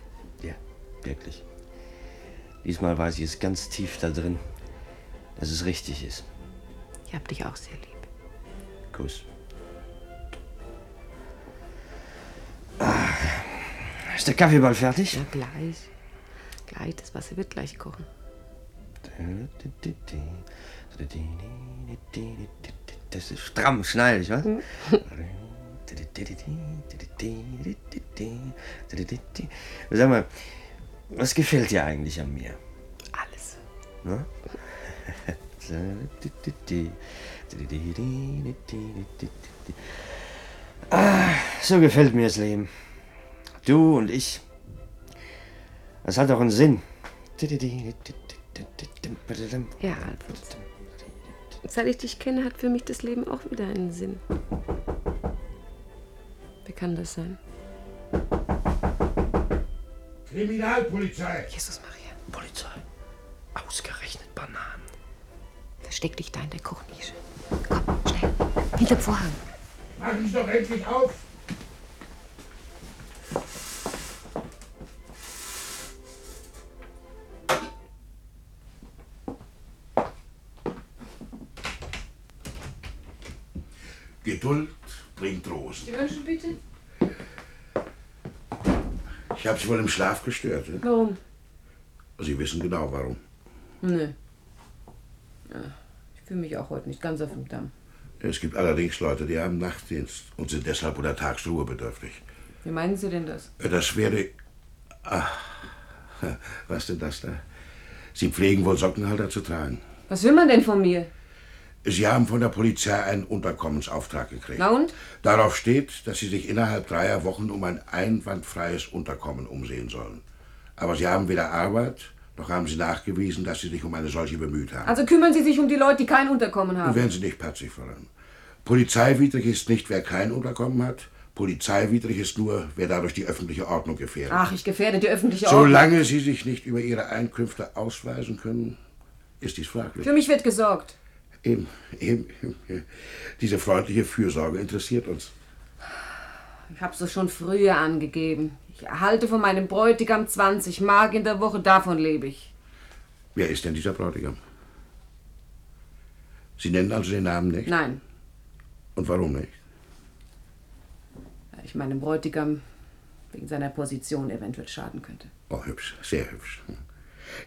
Ja, wirklich. Diesmal weiß ich es ganz tief da drin, dass es richtig ist. Ich hab dich auch sehr lieb. Kuss. Ah, ist der Kaffee bald fertig? Ja, gleich. Gleich, das Wasser wird gleich kochen. Das ist stramm, schneidig, was? Hm. Sag mal, was gefällt dir eigentlich an mir? Alles. Ne? Ah, so gefällt mir das Leben. Du und ich. Das hat auch einen Sinn. Ja, Alfons. Seit ich dich kenne, hat für mich das Leben auch wieder einen Sinn. Wie kann das sein? Kriminalpolizei! Jesus Maria. Polizei. Ausgerechnet Bananen. Versteck dich da in der Kochnische. Komm, schnell. Hinter Vorhang. Machen Sie doch endlich auf! Geduld bringt Rosen. Wünschen bitte? Ich habe Sie wohl im Schlaf gestört. ne? Warum? Sie wissen genau warum. Nö. Ja, ich fühle mich auch heute nicht ganz auf dem Damm. Es gibt allerdings Leute, die haben Nachtdienst und sind deshalb unter Tagsruhe bedürftig. Wie meinen Sie denn das? Das wäre. ah, Ach, was denn das da? Sie pflegen wohl Sockenhalter zu tragen. Was will man denn von mir? Sie haben von der Polizei einen Unterkommensauftrag gekriegt. Na und? Darauf steht, dass Sie sich innerhalb dreier Wochen um ein einwandfreies Unterkommen umsehen sollen. Aber Sie haben weder Arbeit, noch haben Sie nachgewiesen, dass Sie sich um eine solche bemüht haben. Also kümmern Sie sich um die Leute, die kein Unterkommen haben. Wären Sie nicht patzig, Fräulein. Polizeiwidrig ist nicht, wer kein Unterkommen hat. Polizeiwidrig ist nur, wer dadurch die öffentliche Ordnung gefährdet. Ach, ich gefährde die öffentliche Ordnung. Solange Sie sich nicht über Ihre Einkünfte ausweisen können, ist dies fraglich. Für mich wird gesorgt. Eben, eben, eben. Diese freundliche Fürsorge interessiert uns. Ich hab's doch schon früher angegeben. Ich erhalte von meinem Bräutigam 20 Mark in der Woche, davon lebe ich. Wer ist denn dieser Bräutigam? Sie nennen also den Namen nicht? Nein, Und warum nicht? weil ich meinem Bräutigam wegen seiner Position eventuell schaden könnte. Oh, hübsch, sehr hübsch.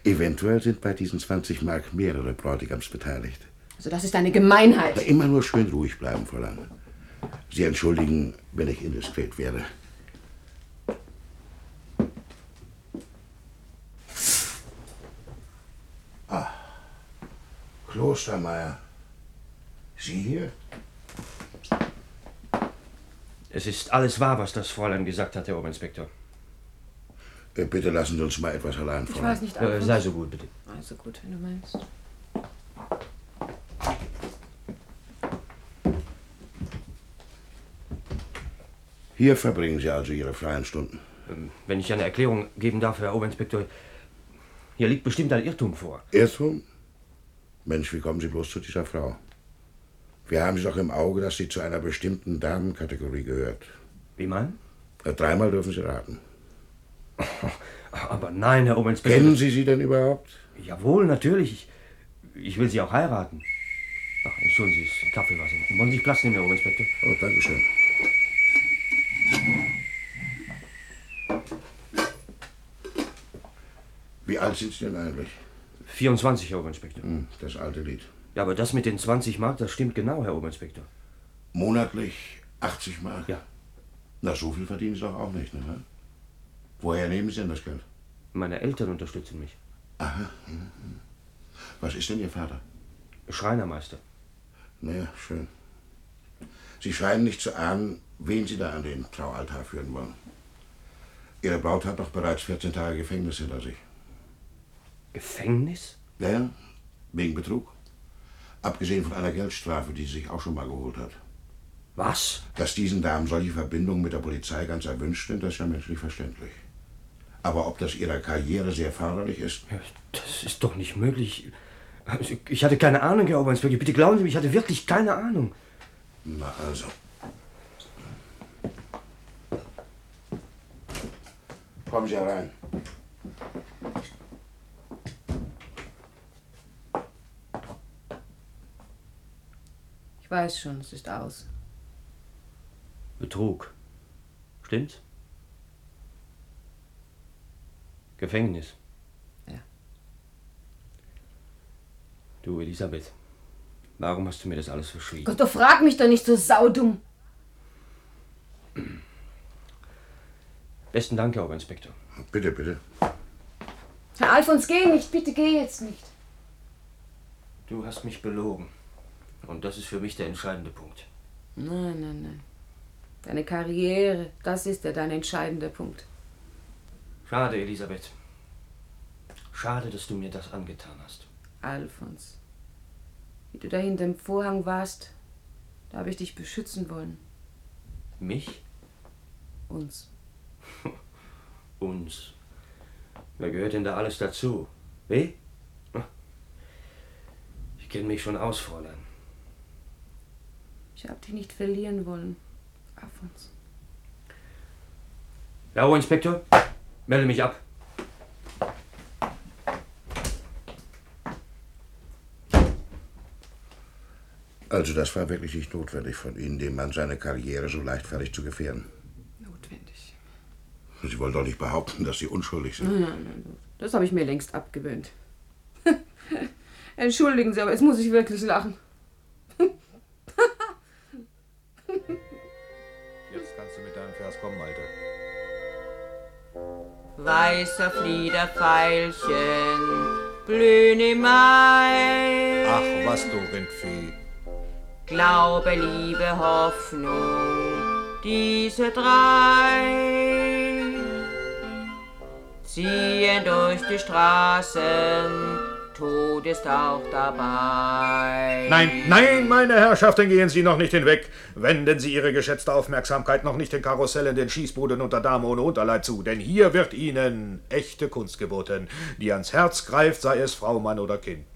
Eventuell sind bei diesen 20 Mark mehrere Bräutigams beteiligt. Also das ist eine Gemeinheit. Aber immer nur schön ruhig bleiben, Fräulein. Sie entschuldigen, wenn ich indiskret werde. Ah, Klostermeier. Sie hier? Es ist alles wahr, was das Fräulein gesagt hat, Herr Oberinspektor. Äh, Bitte lassen Sie uns mal etwas allein, Ich Fräulein. weiß nicht, Alfons. Äh, sei so gut, bitte. Also gut, wenn du meinst. Hier verbringen Sie also Ihre freien Stunden. Ähm, Wenn ich eine Erklärung geben darf, Herr Oberinspektor, hier liegt bestimmt ein Irrtum vor. Irrtum? Mensch, wie kommen Sie bloß zu dieser Frau? Wir haben Sie doch im Auge, dass sie zu einer bestimmten Damenkategorie gehört. Äh, Wie meinen? Dreimal dürfen Sie raten. Aber nein, Herr Oberinspektor. Kennen Sie sie denn überhaupt? Jawohl, natürlich. Ich, ich will Sie auch heiraten. Ach, entschuldigen Sie, das Kaffee war so. Wollen Sie sich Platz nehmen, Herr Oberinspektor? Oh, danke schön. Wie alt sind Sie denn eigentlich? Hm, 24, Herr Oberinspektor. Das alte Lied. Ja, aber das mit den 20 Mark, das stimmt genau, Herr Oberinspektor. Monatlich 80 Mark? Ja. Na, so viel verdienen Sie doch auch nicht, ne? Woher nehmen Sie denn das Geld? Meine Eltern unterstützen mich. Aha. Was ist denn Ihr Vater? Schreinermeister. Naja, schön. Sie scheinen nicht zu ahnen, wen Sie da an den Traualtar führen wollen. Ihre Braut hat doch bereits 14 Tage Gefängnis hinter sich. Gefängnis? Ja, ja, wegen Betrug. Abgesehen von einer Geldstrafe, die sie sich auch schon mal geholt hat. Was? Dass diesen Damen solche Verbindungen mit der Polizei ganz erwünscht sind, das ist ja menschlich verständlich. Aber ob das ihrer Karriere sehr förderlich ist, Das ist doch nicht möglich. Also, Ich hatte keine Ahnung, Herr Oberinspektor. Bitte glauben Sie mir, ich hatte wirklich keine Ahnung. na also. Kommen Sie herein. Ich weiß schon, es ist aus. Betrug. Stimmt's? Gefängnis. Ja. Du, Elisabeth, warum hast du mir das alles verschwiegen? Gott, doch frag mich doch nicht so saudumm. Besten Dank, Herr Oberinspektor. Bitte, bitte. Herr Alfons, geh nicht, bitte geh jetzt nicht. Du hast mich belogen. Und das ist für mich der entscheidende Punkt. Nein, nein, nein. Deine Karriere, das ist ja dein entscheidender Punkt. Schade, Elisabeth. Schade, dass du mir das angetan hast. Alfons, wie du da hinterm Vorhang warst, da habe ich dich beschützen wollen. Mich? Uns. Uns. Wer gehört denn da alles dazu? Weh? Ich kenne mich schon aus, Fräulein. Ich habe dich nicht verlieren wollen, Alfons. Ja, Inspektor, melde mich ab. Also das war wirklich nicht notwendig von Ihnen, dem Mann seine Karriere so leichtfertig zu gefährden. Notwendig. Sie wollen doch nicht behaupten, dass Sie unschuldig sind. Nein, nein, nein. Das habe ich mir längst abgewöhnt. Entschuldigen Sie, aber jetzt muss ich wirklich lachen. Jetzt kannst du mit deinem Vers kommen, Alter. Weißer Fliederpfeilchen blühen im Mai. Ach, was du Rindvieh. Glaube, Liebe, Hoffnung, diese drei ziehen durch die Straßen, Tod ist auch dabei. Nein, nein, meine Herrschaften, gehen Sie noch nicht hinweg. Wenden Sie Ihre geschätzte Aufmerksamkeit noch nicht den Karussellen, den Schießbuden unter Dame ohne Unterleib zu, denn hier wird Ihnen echte Kunst geboten, die ans Herz greift, sei es Frau, Mann oder Kind.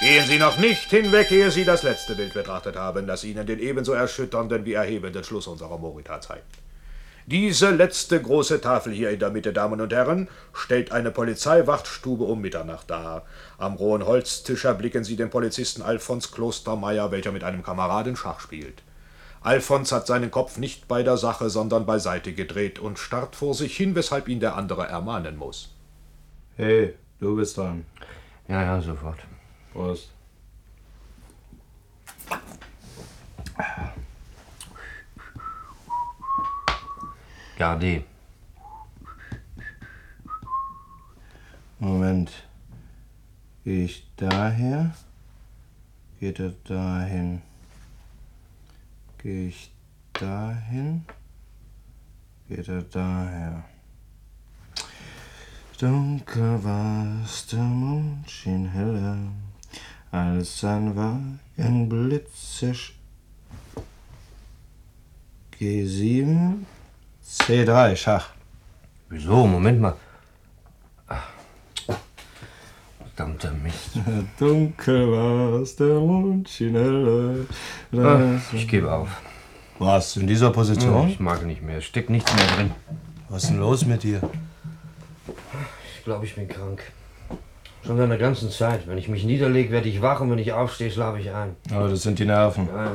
Gehen Sie noch nicht hinweg, ehe Sie das letzte Bild betrachtet haben, das Ihnen den ebenso erschütternden wie erhebenden Schluss unserer Morita zeigt. Diese letzte große Tafel hier in der Mitte, Damen und Herren, stellt eine Polizeiwachtstube um Mitternacht dar. Am rohen Holztisch erblicken Sie den Polizisten Alfons Klostermeier, welcher mit einem Kameraden Schach spielt. Alfons hat seinen Kopf nicht bei der Sache, sondern beiseite gedreht und starrt vor sich hin, weshalb ihn der andere ermahnen muss. Hey, du bist dran. Ja, ja, sofort. Prost. Garde. Moment. Gehe ich daher? Geht er dahin? Gehe ich dahin? Geht er daher? Dunkler war's, der Mond schien heller, als sein Wagen blitzisch. G7, C3, Schach. Wieso? Moment mal. Ach, Verdammter Mist. Dunkel war's, der Mond schien heller. Ah, Ach, Ah, ich gebe auf. Hm, Was, in dieser Position? Ich mag nicht mehr. Es steckt nichts mehr drin. Was ist denn los mit dir? Ich glaube, ich bin krank. Schon seit der ganzen Zeit. Wenn ich mich niederlege, werde ich wach und wenn ich aufstehe, schlafe ich ein. Aber das sind die Nerven. Ja, ja.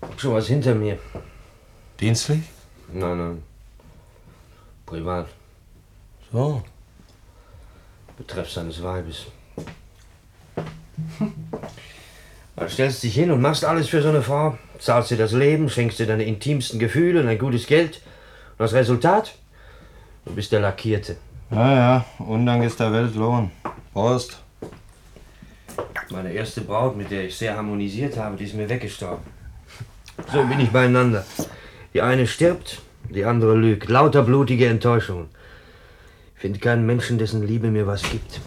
Hab schon was hinter mir. Dienstlich? Nein, nein. Privat. So. Betreff seines Weibes. Dann Also stellst dich hin und machst alles für so eine Frau. Zahlst dir das Leben, schenkst dir deine intimsten Gefühle und ein gutes Geld. Und das Resultat? Du bist der Lackierte. Ja, ja, Undank ist der Welt Lohn. Prost. Meine erste Braut, mit der ich sehr harmonisiert habe, die ist mir weggestorben. So bin ich beieinander. Die eine stirbt, die andere lügt. Lauter blutige Enttäuschungen. Ich finde keinen Menschen, dessen Liebe mir was gibt.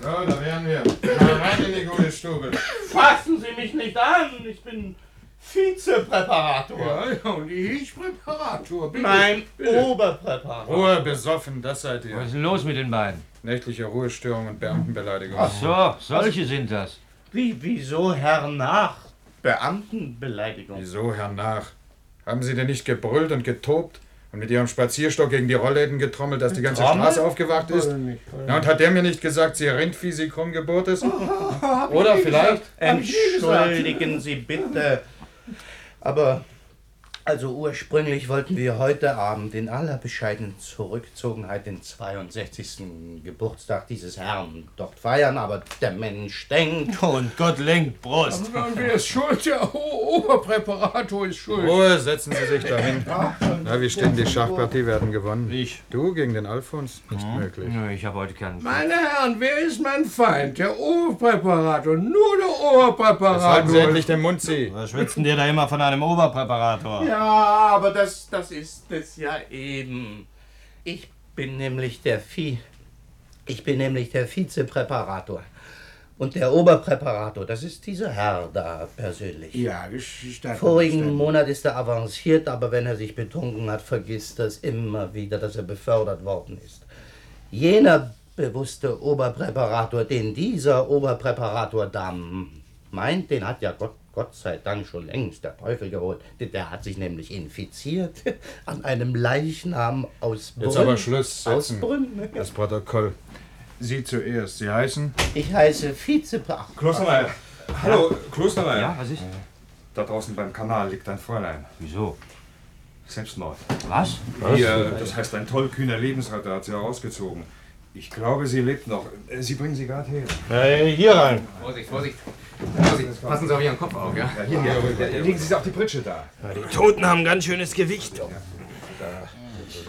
So, da wären wir. Mal rein in die gute Stube. Fassen Sie mich nicht an! Ich bin Vizepräparator. Ja, ja, und ich Präparator bin. Mein Bitte. Oberpräparator. Ruhe, besoffen, das seid ihr. Was ist denn los mit den beiden? Nächtliche Ruhestörung und Beamtenbeleidigung. Ach so, solche sind das. Wie, wieso hernach? Beamtenbeleidigung. Wieso, Herr Nach? Haben Sie denn nicht gebrüllt und getobt und mit Ihrem Spazierstock gegen die Rollläden getrommelt, dass die ganze Trommel? Straße aufgewacht ist? Na, und hat der mir nicht gesagt, Sie Rindvieh, Sie Krummgeburt ist? Oder vielleicht... Entschuldigen Sie bitte. Aber, also ursprünglich wollten wir heute Abend in aller bescheidenen Zurückzogenheit den 62. Geburtstag dieses Herrn dort feiern, aber der Mensch denkt und Gott lenkt Brust. Aber wer ist schuld? oh, Der O- Oberpräparator ist schuld. Ruhe, setzen Sie sich dahin. Na, wie steht denn die Schachpartie? Wir hatten gewonnen. Ich. Du gegen den Alfons? Nicht möglich. Hm? ich habe heute keinen... Meine Herren, wer ist mein Feind? Der Oberpräparator. Nur der Oberpräparator. Jetzt halten Sie endlich den Mund, Sie. Was schwitzt denn dir da immer von einem Oberpräparator? Ja, aber das, das ist es ja eben. Ich bin nämlich der Vieh. Ich bin nämlich der Vizepräparator. Und der Oberpräparator, das ist dieser Herr da persönlich. Ja, gestanden. Vorigen Monat ist er avanciert, aber wenn er sich betrunken hat, vergisst er es immer wieder, dass er befördert worden ist. Jener bewusste Oberpräparator, den dieser Oberpräparator da meint, den hat ja Gott, Gott sei Dank schon längst der Teufel geholt. Der- Der hat sich nämlich infiziert an einem Leichnam aus Brünn. Jetzt aber Schluss. Aus Setzen. Brünn. ne? Das Protokoll. Sie zuerst. Sie heißen? Ich heiße Vizepräparator. Klostermeier. Hallo, Klostermeier. Ja, was ist? Da draußen beim Kanal liegt ein Fräulein. Wieso? Selbstmord. Was? Ihr, das heißt, ein tollkühner Lebensretter hat sie herausgezogen. Ich glaube, sie lebt noch. Äh, Sie bringen sie gerade her. hier rein. Vorsicht, Vorsicht. Vorsicht, passen Sie auf Ihren Kopf auf, ja? Ja, hier, hier, hier. Legen Sie es auf die Pritsche da. Die Toten haben ganz schönes Gewicht.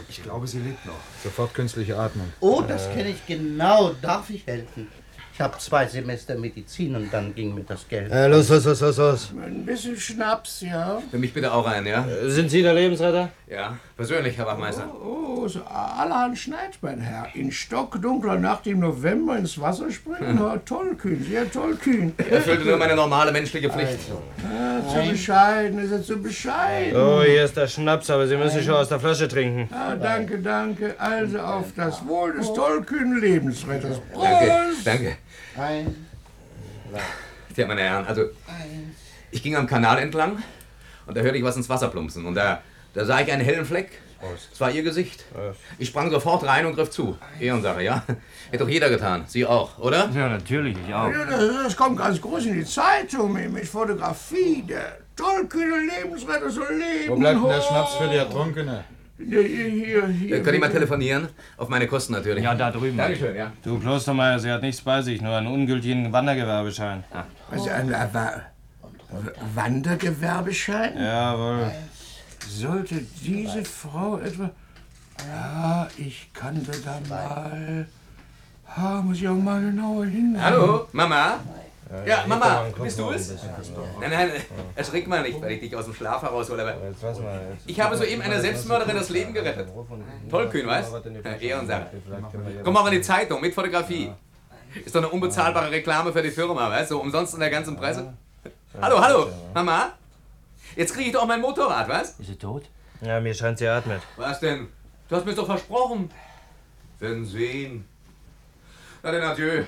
Ich glaube, sie lebt noch. Sofort künstliche Atmung. Äh, Oh, das kenne ich genau. Darf ich helfen? Ich habe zwei Semester Medizin und dann ging mir das Geld. Äh, los, los, los, los, los. Ein bisschen Schnaps, ja? Für mich bitte auch ein, ja? Äh, Sind Sie der Lebensretter? Ja, persönlich, Herr Wachmeister. Oh, so allerhand schneit, mein Herr. In stockdunkler Nacht im November ins Wasser springen? Hm. Na, tollkühn, sehr tollkühn. Ich erfüllte nur meine normale menschliche Pflicht. Ah, zu bescheiden, ist er zu bescheiden. Oh, So, hier ist der Schnaps, aber Sie müssen schon aus der Flasche trinken. Ah, danke, danke. Also auf das Wohl des tollkühnen Lebensretters. Prost! Danke, danke. Ein, Tja, meine Herren, also ich ging am Kanal entlang und da hörte ich was ins Wasser plumpsen und da, da sah ich einen hellen Fleck. Es war ihr Gesicht. Ich sprang sofort rein und griff zu. Ehrensache, ja? Hätte doch jeder getan. Sie auch, oder? Ja, natürlich, ich auch. Ja, das, das kommt ganz groß in die Zeitung mit, mit Fotografie. Der tollkühne Lebensretter soll Wo leben. bleibt denn der Ho- Schnaps für die Ertrunkene? Hier, hier, hier. Äh, Könnt ihr mal telefonieren? Auf meine Kosten natürlich. Ja, da drüben. Dankeschön, ja. Du Klostermeier, sie hat nichts bei sich, nur einen ungültigen Wandergewerbeschein. Ah. Also ein Wa- Wa- Wandergewerbeschein? Äh, Jawohl. Sollte diese Frau etwa. Ja, ich kannte da mal. Ah, muss ich auch mal genauer hin. Hallo, Mama? Ja, Mama, bist du es? Nein, nein, erschrick mal nicht, weil ich dich aus dem Schlaf heraushole. Aber ich habe soeben einer Selbstmörderin das Leben gerettet. Tollkühn, was? Ehrensache. Komm auch in die Zeitung mit Fotografie. Ist doch eine unbezahlbare Reklame für die Firma, weißt du? Umsonst in der ganzen Presse. Hallo, hallo, Mama? Jetzt kriege ich doch mein Motorrad, was? Ist sie tot? Ja, mir scheint sie atmet. Was denn? Du hast mir's doch versprochen. Werden sehen. Na denn, adieu.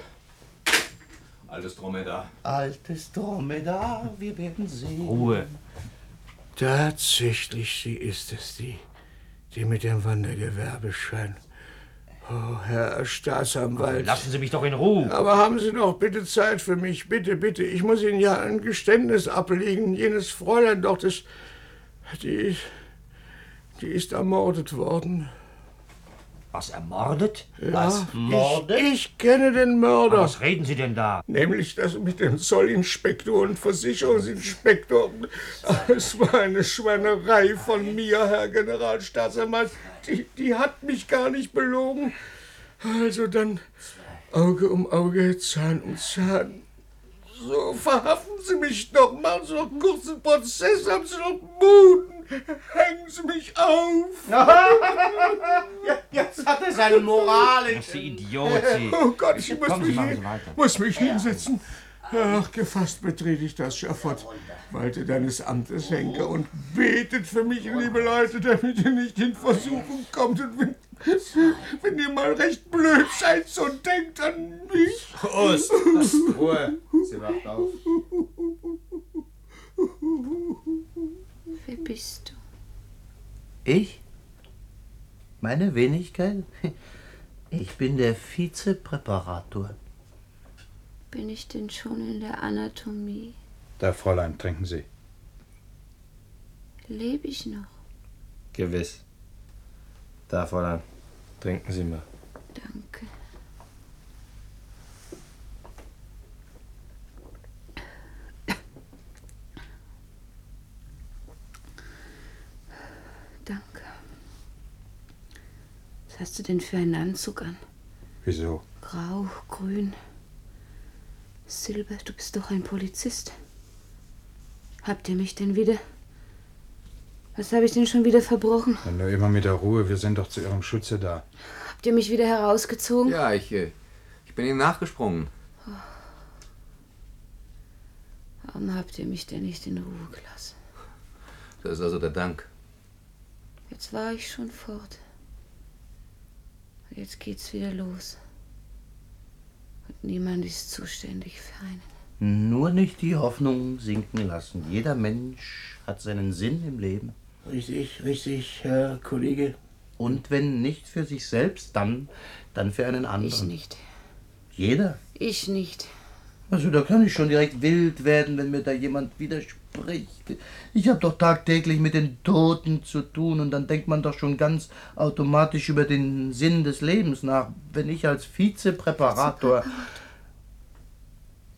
Altes Dromedar. Altes Dromedar, wir werden sehen. Ruhe. Tatsächlich, sie ist es, die, die mit dem Wandergewerbeschein. Oh, Herr Staatsanwalt. Lassen Sie mich doch in Ruhe. Aber haben Sie noch bitte Zeit für mich? Bitte, bitte. Ich muss Ihnen ja ein Geständnis ablegen. Jenes Fräulein doch, das. Die. Die ist ermordet worden. Was ermordet? Ja, Was? Ich, ich kenne den Mörder. Was reden Sie denn da? Nämlich das mit dem Zollinspektor und Versicherungsinspektor. Es war eine Schweinerei von mir, Herr Generalstaatsanwalt. Die, die hat mich gar nicht belogen. Also dann Auge um Auge, Zahn um Zahn. So verhaften Sie mich doch, machen Sie doch einen kurzen Prozess, haben Sie doch Mut. Hängen Sie mich auf. Jetzt hat er seine Moral in Sie Idiot, Sie. Oh Gott, ich muss Kommen Sie, mich, machen hin- Sie weiter. muss mich hinsetzen. Ach, gefasst betrete ich das Schafott. Walte deines Amtes, Henker, und betet für mich, liebe Leute, damit ihr nicht in Versuchung kommt. Und wenn, wenn ihr mal recht blöd seid, so denkt an mich. Prost. Ruhe. Sie wacht auf. Wer bist du? Ich? Meine Wenigkeit? Ich bin der Vizepräparator. Bin ich denn schon in der Anatomie? Da, Fräulein, trinken Sie. Lebe ich noch? Gewiss. Da, Fräulein, trinken Sie mal. Danke. Danke. Was hast du denn für einen Anzug an? Wieso? Grau, grün. Silber, du bist doch ein Polizist. Habt ihr mich denn wieder? Was habe ich denn schon wieder verbrochen? Dann nur immer mit der Ruhe, wir sind doch zu Ihrem Schutze da. Habt ihr mich wieder herausgezogen? Ja, ich, äh, ich bin Ihnen nachgesprungen. Warum habt ihr mich denn nicht in Ruhe gelassen? Das ist also der Dank. Jetzt war ich schon fort. Und jetzt geht's wieder los. Und niemand ist zuständig für einen. Nur nicht die Hoffnung sinken lassen. Jeder Mensch hat seinen Sinn im Leben. Richtig, richtig, Herr Kollege. Und wenn nicht für sich selbst, dann, dann für einen anderen. Ich nicht. Jeder? Ich nicht. Also da kann ich schon direkt wild werden, wenn mir da jemand widerspricht. Ich habe doch tagtäglich mit den Toten zu tun und dann denkt man doch schon ganz automatisch über den Sinn des Lebens nach. Wenn ich als Vizepräparator...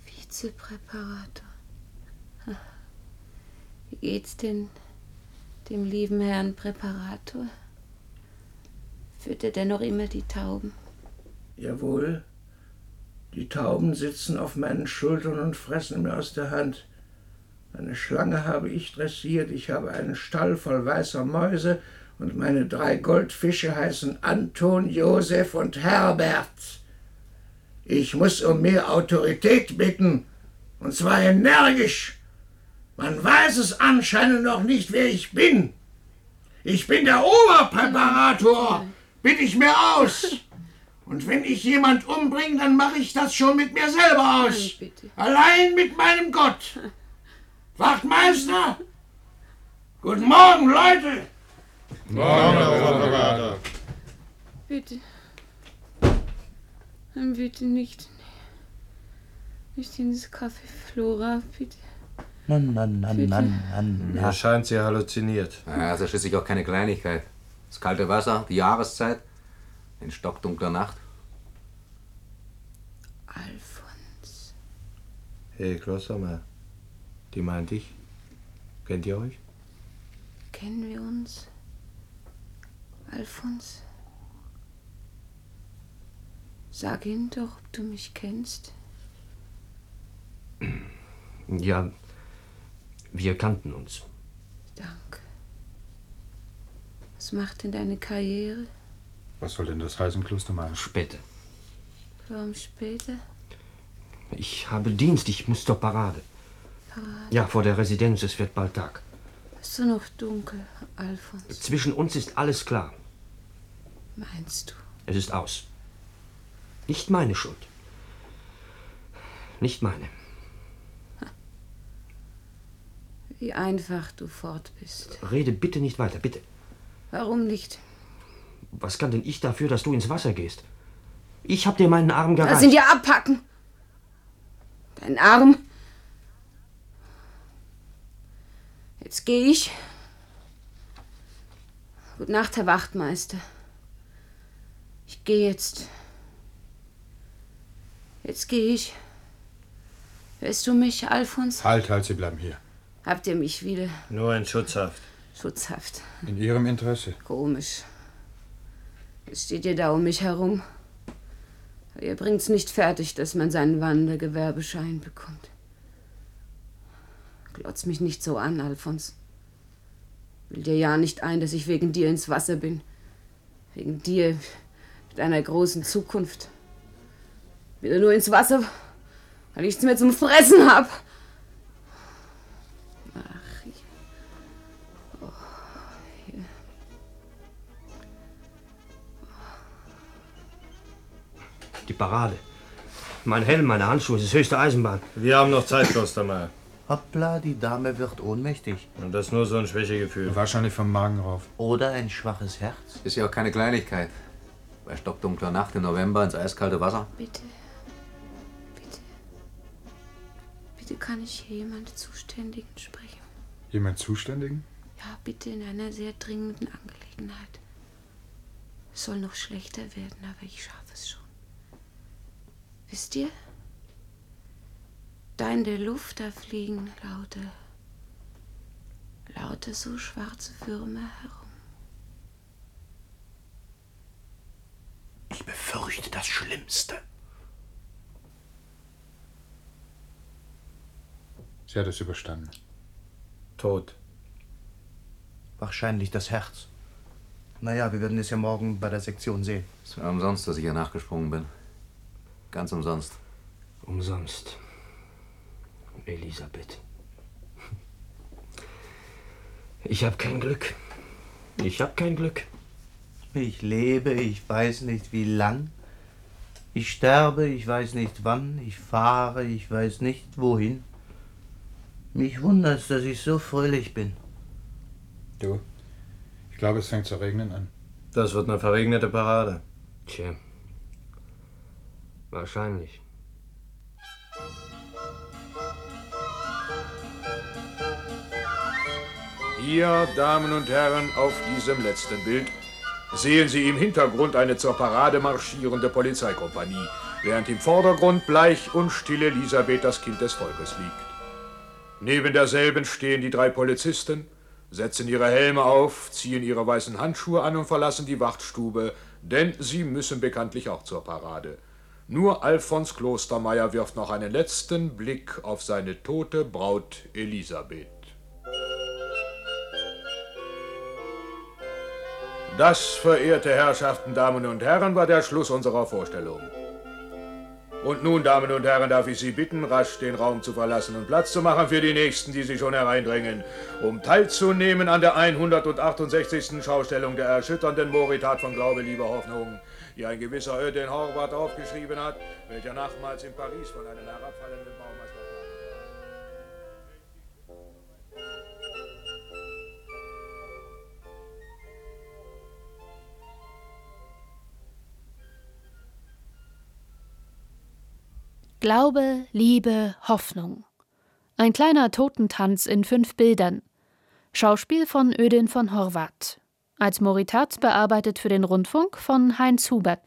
Vizepräparator. Ha. Wie geht's denn dem lieben Herrn Präparator? Führt er denn noch immer die Tauben? Jawohl. Die Tauben sitzen auf meinen Schultern und fressen mir aus der Hand. Eine Schlange habe ich dressiert, ich habe einen Stall voll weißer Mäuse und meine drei Goldfische heißen Anton, Josef und Herbert. Ich muss um mehr Autorität bitten, und zwar energisch. Man weiß es anscheinend noch nicht, wer ich bin. Ich bin der Oberpräparator, bin ich mir aus. Und wenn ich jemand umbringe, dann mache ich das schon mit mir selber aus. Allein mit meinem Gott. Wachtmeister! Guten Morgen, Leute! Morgen, Herr Oberpräparator. Bitte. Dann bitte nicht. Nicht in das Kaffee Flora, bitte. Mann, Mann, Mann, Mann, Mann. Mir scheint sie halluziniert. Ja, das ist ja schließlich auch keine Kleinigkeit. Das kalte Wasser, die Jahreszeit, in stockdunkler Nacht. Alfons. Hey, Klostermeier. Die meint dich. Kennt ihr euch? Kennen wir uns? Alfons? Sag ihm doch, ob du mich kennst. Ja, wir kannten uns. Danke. Was macht denn deine Karriere? Was soll denn das heißen, Klostermeier? Später. Warum später? Ich habe Dienst, ich muss zur Parade. Parade. Ja, vor der Residenz, es wird bald Tag. Ist doch noch dunkel, Alfons. Zwischen uns ist alles klar. Meinst du? Es ist aus. Nicht meine Schuld. Nicht meine. Wie einfach du fort bist. Rede bitte nicht weiter, bitte. Warum nicht? Was kann denn ich dafür, dass du ins Wasser gehst? Ich hab dir meinen Arm gereicht. Das sind ja abpacken. Dein Arm. Jetzt gehe ich. Gute Nacht, Herr Wachtmeister. Ich gehe jetzt. Jetzt gehe ich. Hörst du mich, Alfons? Halt, halt, Sie bleiben hier. Habt ihr mich wieder Nur in Schutzhaft. schutzhaft? In Ihrem Interesse. Komisch. Jetzt steht ihr da um mich herum. Aber ihr bringt's nicht fertig, dass man seinen Wandergewerbeschein bekommt. Glotz mich nicht so an, Alfons. Will dir ja nicht ein, dass ich wegen dir ins Wasser bin. Wegen dir mit einer großen Zukunft. Wieder nur ins Wasser, weil ich's mir zum Fressen hab. Ach, ich Die Parade. Mein Helm, meine Handschuhe, es ist höchste Eisenbahn. Wir haben noch Zeit, Klostermeier. Hoppla, die Dame wird ohnmächtig. Und das nur so ein Schwächegefühl. Wahrscheinlich vom Magen rauf. Oder ein schwaches Herz. Ist ja auch keine Kleinigkeit. Bei stockdunkler Nacht im November ins eiskalte Wasser. Bitte. Bitte. Bitte kann ich hier jemand Zuständigen sprechen. Jemand Zuständigen? Ja, bitte in einer sehr dringenden Angelegenheit. Es soll noch schlechter werden, aber ich schaffe es schon. Wisst ihr? Da in der Luft, da fliegen laute, laute so schwarze Würmer herum. Ich befürchte das Schlimmste. Sie hat es überstanden. Tot. Wahrscheinlich das Herz. Naja, wir werden es ja morgen bei der Sektion sehen. Es war umsonst, dass ich hier nachgesprungen bin. Ganz umsonst. Umsonst. Elisabeth. Ich hab kein Glück. Ich hab kein Glück. Ich lebe, ich weiß nicht wie lang. Ich sterbe, ich weiß nicht wann. Ich fahre, ich weiß nicht wohin. Mich wundert's, dass ich so fröhlich bin. Du? Ich glaube, es fängt zu regnen an. Das wird eine verregnete Parade. Tja. Wahrscheinlich. Hier, Damen und Herren, auf diesem letzten Bild sehen Sie im Hintergrund eine zur Parade marschierende Polizeikompanie, während im Vordergrund bleich und still Elisabeth, das Kind des Volkes, liegt. Neben derselben stehen die drei Polizisten, setzen ihre Helme auf, ziehen ihre weißen Handschuhe an und verlassen die Wachtstube, denn sie müssen bekanntlich auch zur Parade. Nur Alfons Klostermeier wirft noch einen letzten Blick auf seine tote Braut Elisabeth. Das, verehrte Herrschaften, Damen und Herren, war der Schluss unserer Vorstellung. Und nun, Damen und Herren, darf ich Sie bitten, rasch den Raum zu verlassen und Platz zu machen für die Nächsten, die sich schon hereindrängen, um teilzunehmen an der 168. Schaustellung der erschütternden Moritat von Glaube, Liebe, Hoffnung, die ein gewisser Ödin Horvath aufgeschrieben hat, welcher nachmals in Paris von einem herabfallenden Baumeister... Glaube, Liebe, Hoffnung. Ein kleiner Totentanz in fünf Bildern. Schauspiel von Ödin von Horvath. Als Moritat bearbeitet für den Rundfunk von Heinz Hubert.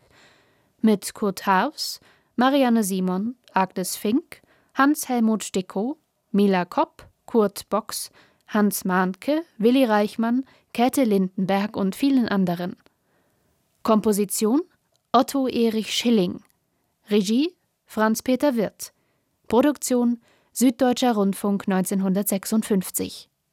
Mit Kurt Harfs, Marianne Simon, Agnes Fink, Hans-Helmut Stickow, Mila Kopp, Kurt Box, Hans Mahnke, Willi Reichmann, Käthe Lindenberg und vielen anderen. Komposition Otto Erich Schilling. Regie Franz Peter Wirth. Produktion Süddeutscher Rundfunk 1956.